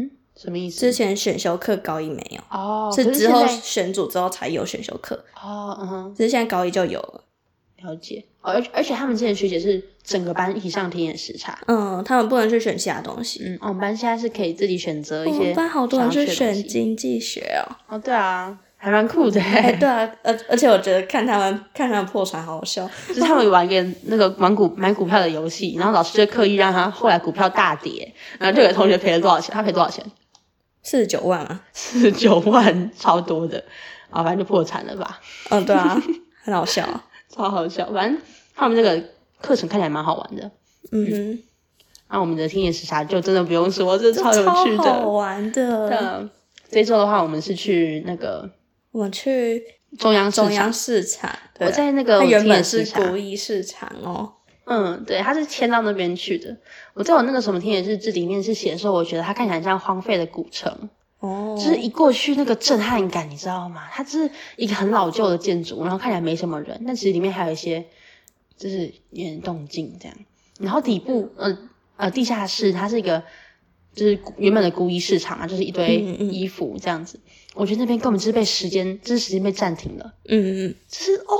S2: 嗯，什么意思？
S1: 之前选修课高一没有，
S2: 哦，可
S1: 是
S2: 是
S1: 之后
S2: 现在
S1: 选组之后才有选修课，
S2: 哦，嗯哼，
S1: 只是现在高一就有了。
S2: 了解。哦而且而且他们之前学姐是整个班一起上体演时差。
S1: 嗯，他们不能去选其他东西。
S2: 嗯，哦我们班现在是可以自己选择嗯一
S1: 我
S2: 些
S1: 们班好多人
S2: 想
S1: 去
S2: 要学的
S1: 选
S2: 东西
S1: 经济学
S2: (laughs)
S1: 哦。
S2: 哦，对啊，还蛮酷的。欸
S1: 哎，对啊，而而且我觉得看他们看他们破产好好笑。
S2: 就是他们玩一个那个玩股买股票的游戏，然后老师就刻意让他后来股票大跌，然后就有同学赔了多少钱？他赔多少钱？
S1: 四十九万啊，
S2: 四十九万，超多的啊，反正就破产了吧，
S1: 嗯，对
S2: (laughs)
S1: 啊，很好笑啊。
S2: 超好笑。反正他们这个课程看起来蛮好玩的。
S1: 嗯哼，
S2: 那、我们的听野时差就真的不用说，这
S1: 这
S2: 超有趣
S1: 超好
S2: 的。啊
S1: 玩
S2: 嗯
S1: 的。
S2: 那这周的话，我们是去那个
S1: 我们去
S2: 中央市
S1: 中
S2: 场，
S1: 央市场，对啊
S2: 我在那个
S1: 它原
S2: 听野
S1: 本是
S2: 时差
S1: 古意市场哦。
S2: 嗯，对，他是迁到那边去的。我在我那个什么田野日志里面是写说，我觉得它看起来像荒废的古城，
S1: 哦，
S2: 就是一过去那个震撼感，你知道吗？它就是一个很老旧的建筑，然后看起来没什么人，但其实里面还有一些就是有点动静这样。然后底部呃呃地下室，它是一个就是古原本的孤衣市场啊，就是一堆
S1: 嗯嗯
S2: 衣服这样子。我觉得那边根本就是被时间，就是时间被暂停了。
S1: 嗯嗯，
S2: 就是哦，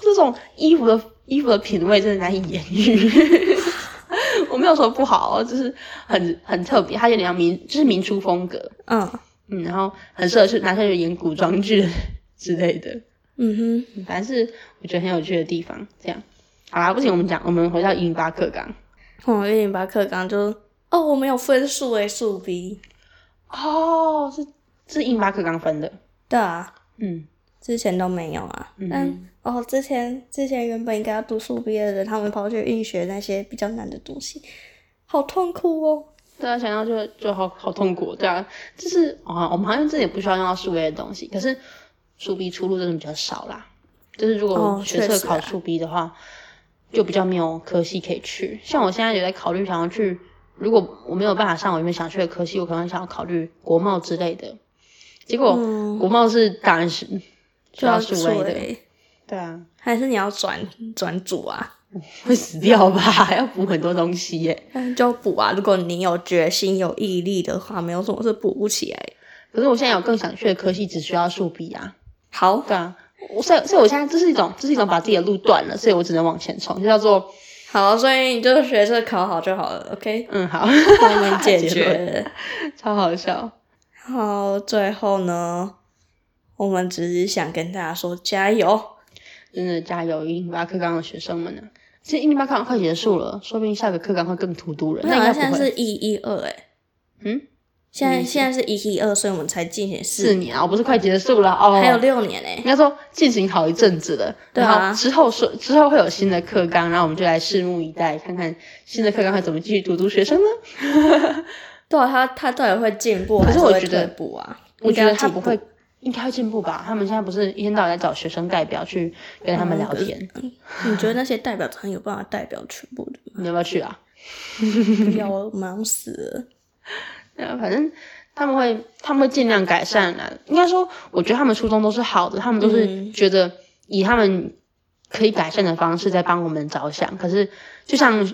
S2: 这种衣服的衣服的品味真的难以言喻。 (laughs) 我没有说不好哦，就是很很特别，它有点像民，就是民初风格，
S1: 嗯
S2: 嗯，然后很适合去拿嗯下去演古装剧 (laughs) 之类的，
S1: 嗯哼，
S2: 反正是我觉得很有趣的地方。这样，好啦，不行，我们讲，我们回到英巴克港。
S1: 我一零八课纲就哦，我们有分数 A 数 B，
S2: 哦，是是英巴克港分的，
S1: 对啊，
S2: 嗯，
S1: 之前都没有啊。
S2: 嗯
S1: 但哦，之前之前原本应该要读数 B 的人，他们跑去硬学那些比较难的东西，好痛苦哦。
S2: 对啊，想要就就好好痛苦，对啊，就是啊、哦，我们好像这也不需要用到数 A 的东西，可是数 B 出路真的比较少啦。就是如果
S1: 哦
S2: 学测
S1: 确实啊
S2: 考数 B 的话，就比较没有科系可以去。像我现在也在考虑想要去，如果我没有办法上我原本想去的科系，我可能想要考虑国贸之类的。结果、
S1: 嗯
S2: 国贸是当然是需要数 A 的，
S1: A，
S2: 对啊，
S1: 还是你要转转组啊？
S2: 会死掉吧？ (laughs) 还要补很多东西耶。
S1: 嗯，就补啊！如果你有决心、有毅力的话，没有什么是补不起来的。
S2: 可是我现在有更想去的科系，只需要数 B 啊。
S1: 好，
S2: 对啊，我所以所以我现在这是一种这是一种把自己的路断了，所以我只能往前冲，就叫做
S1: 好，所以你就学这考好就好了，OK？
S2: 嗯
S1: (laughs)
S2: 好，
S1: 帮我们解
S2: (laughs) 结论，
S1: 决。
S2: 超好笑。
S1: 好，最后呢，我们只是想跟大家说加油。
S2: 真的加油，一零八课纲的学生们呢、啊其实一零八课纲快结束了，说不定下个课纲会更荼毒人。那
S1: 好像
S2: 应该
S1: 啊现
S2: 不
S1: 在
S2: 会
S1: 是一一二，哎，
S2: 嗯，
S1: 现在
S2: 嗯
S1: 现在是一一二，所以我们才进行
S2: 四
S1: 四，
S2: 年啊，我不是快结束了哦，
S1: 还有六年哎
S2: 应。该说进行好一阵子了。
S1: 对啊
S2: 然后之后说之后会有新的课纲，然后我们就来拭目以待，看看新的课纲会怎么继续荼毒学生呢？
S1: 对啊，他他到底会进步
S2: 可
S1: 还
S2: 是
S1: 是
S2: 我
S1: 会
S2: 觉得
S1: 退步啊？
S2: 我觉
S1: 应该
S2: 得
S1: 要
S2: 他
S1: 进
S2: 不
S1: 步
S2: 会，应该会进步吧？他们现在不是一天到晚在找学生代表去跟他们聊天，
S1: 你觉得那些代表团有办法代表全部
S2: (laughs)
S1: 的？
S2: 你要不要去啊？
S1: 不要，我忙死了。
S2: 对啊，反正他们会，他们会尽量改善啊。应该说，我觉得他们初衷都是好的，他们都是
S1: 嗯
S2: 觉得以他们可以改善的方式在帮我们着想。可是，就像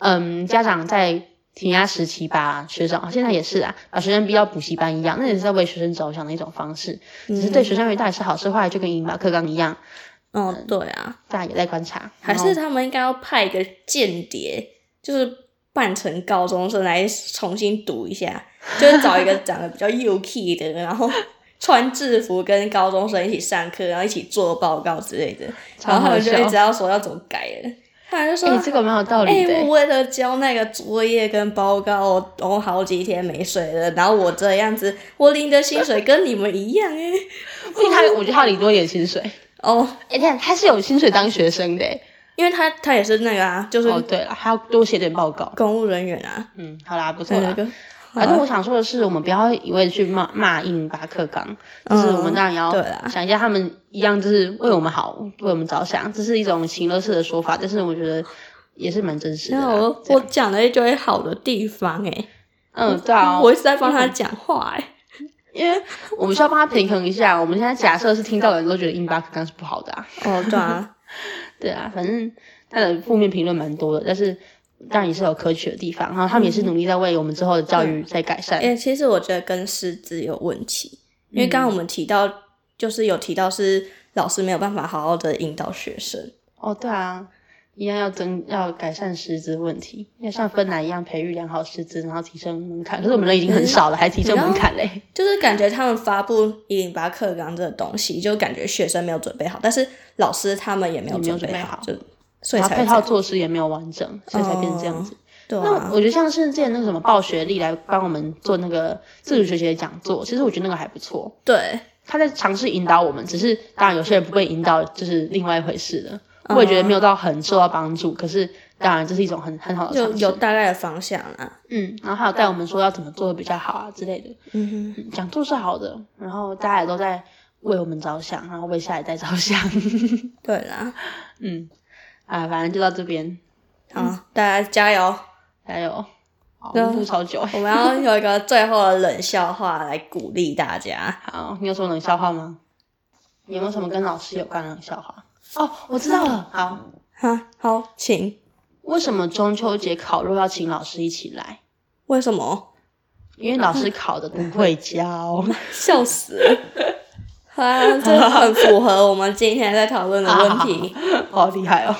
S2: 嗯，家长在填鸭时期把学生，啊现在也是啊，把学生逼到补习班一样，那也是在为学生着想的一种方式。只是对学生而言，到底是好是坏，就跟英巴克刚一样，
S1: 哦，对啊，
S2: 大家也在观察。
S1: 还
S2: 然后
S1: 是他们应该要派一个间谍，就是扮成高中生来重新读一
S2: (laughs)
S1: 下，就是找一个长得比较幼气的，然后穿制服跟高中生一起上课，然后一起做报告之类的，
S2: 超
S1: 然后他们就
S2: 好
S1: 会
S2: 笑
S1: 知道说要怎么改了。他们就说
S2: 哎、：“这个蛮有道理
S1: 哎、
S2: 的、
S1: 我为了交那个作业跟报告，我我好几天没睡了，然后我这样子，我领的薪水跟你们一样
S2: (laughs)
S1: 哎、
S2: 因为他我觉得他领多一点薪水，
S1: 哦，
S2: 哎、你看他是有薪水当学生的、欸。
S1: 因为他他也是那个啊，就是
S2: 哦，对了，还要多写点报告。
S1: 公务人员啊，
S2: 嗯，好啦，不错
S1: 对
S2: 啦
S1: 那。个，
S2: 反正我想说的是，我们不要一味地去骂骂印巴克纲，就是我们当然也
S1: 对啦
S2: 要想一下，他们一样就是为我们好，为我们着想，这是一种情乐式的说法，但是我觉得也是蛮真实的
S1: 然
S2: 啦。
S1: 后哦我
S2: 这
S1: 我
S2: 样
S1: 讲了一堆好的地方哎、
S2: 嗯，对啊，
S1: 我一直在帮他讲话 (laughs) 哎、
S2: 因为我们需要帮他平衡一下。我们现在假设是听到的人都觉得印巴克纲是不好的啊，
S1: (laughs) 哦，对啊，
S2: 对啊，反正他的负面评论蛮多的，但是当然也是有可取的地方，然后他们也是努力在为我们之后的教育在改善。
S1: 诶、欸其实我觉得跟师资有问题，因为刚刚我们提到，就是有提到是老师没有办法好好的引导学生。
S2: 哦，对啊，一样要增要改善师资问题，要像芬兰一样培育良好师资，然后提升门槛。可是我们人已经很少了，还提升门槛嘞。
S1: 就是感觉他们发布一零八课纲这个东西，就感觉学生没有准备好，但是老师他们也没有
S2: 也没有
S1: 准备
S2: 准备好
S1: 就所以
S2: 然后
S1: 才
S2: 配
S1: 这样
S2: 套措施也没有完整，所以才变成这样子。
S1: 对
S2: 那
S1: 啊
S2: 我，觉得像是之前那个什么报学历来帮我们做那个自主学习的讲座，其实我觉得那个还不错。
S1: 对，
S2: 他在尝试引导我们，只是当然有些人不被引导就是另外一回事了。我也觉得没有到很受到帮助，可是当然这是一种很很好的
S1: 就
S2: 尝试。
S1: 有大概的方向啊啦。
S2: 嗯，然后还有带我们说要怎么做的比较好啊之类的。
S1: 嗯哼，
S2: 嗯讲座是好的，然后大家也都在为我们着想，然后为下一代着想。 (laughs)
S1: 对啦，
S2: 嗯，啊，反正就到这边，
S1: 好，大家加油！
S2: 加油！好，
S1: 对啊
S2: 我们录超久。
S1: 我们要有一个最后的冷笑话来鼓励大家。
S2: 好，你有什么冷笑话吗？有没有什么跟老师有关的冷笑话？哦，我知道了。好，
S1: (laughs) 哈，好，请。
S2: 为什么中秋节烤肉要请老师一起来？
S1: 为什么？
S2: 因为老师烤的不会教。
S1: 笑死 (laughs) 了！啊，这很符合我们今天在讨论的问 (laughs) 题。
S2: (laughs) 好厉害哦！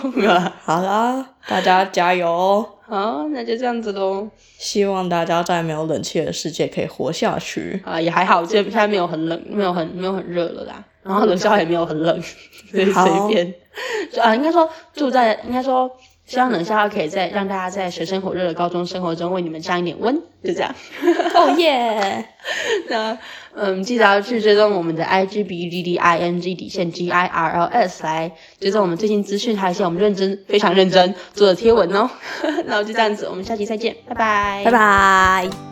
S1: 好啦，大家加油哦！
S2: (laughs) 好，那就这样子喽。
S1: 希望大家在没有冷气的世界可以活下 (laughs) 去。
S2: 啊，也还好，这现在没有很冷，没有很没有很热了啦。然后冷笑话也没有很冷，所以
S1: 好
S2: 随便。就啊，应该说住在，应该说希望冷笑话可以在让大家在水深火热的高中生活中为你们降一点温，就这样。
S1: 哦耶！
S2: (laughs) 那嗯，记得要去追踪我们的 IG B G D I N G 底线 G I R L S 来追踪我们最新资讯，还有一些我们认真 (laughs) 非常认真做的贴文哦。那我就这样子，我们下期再见，拜拜，
S1: 拜。拜。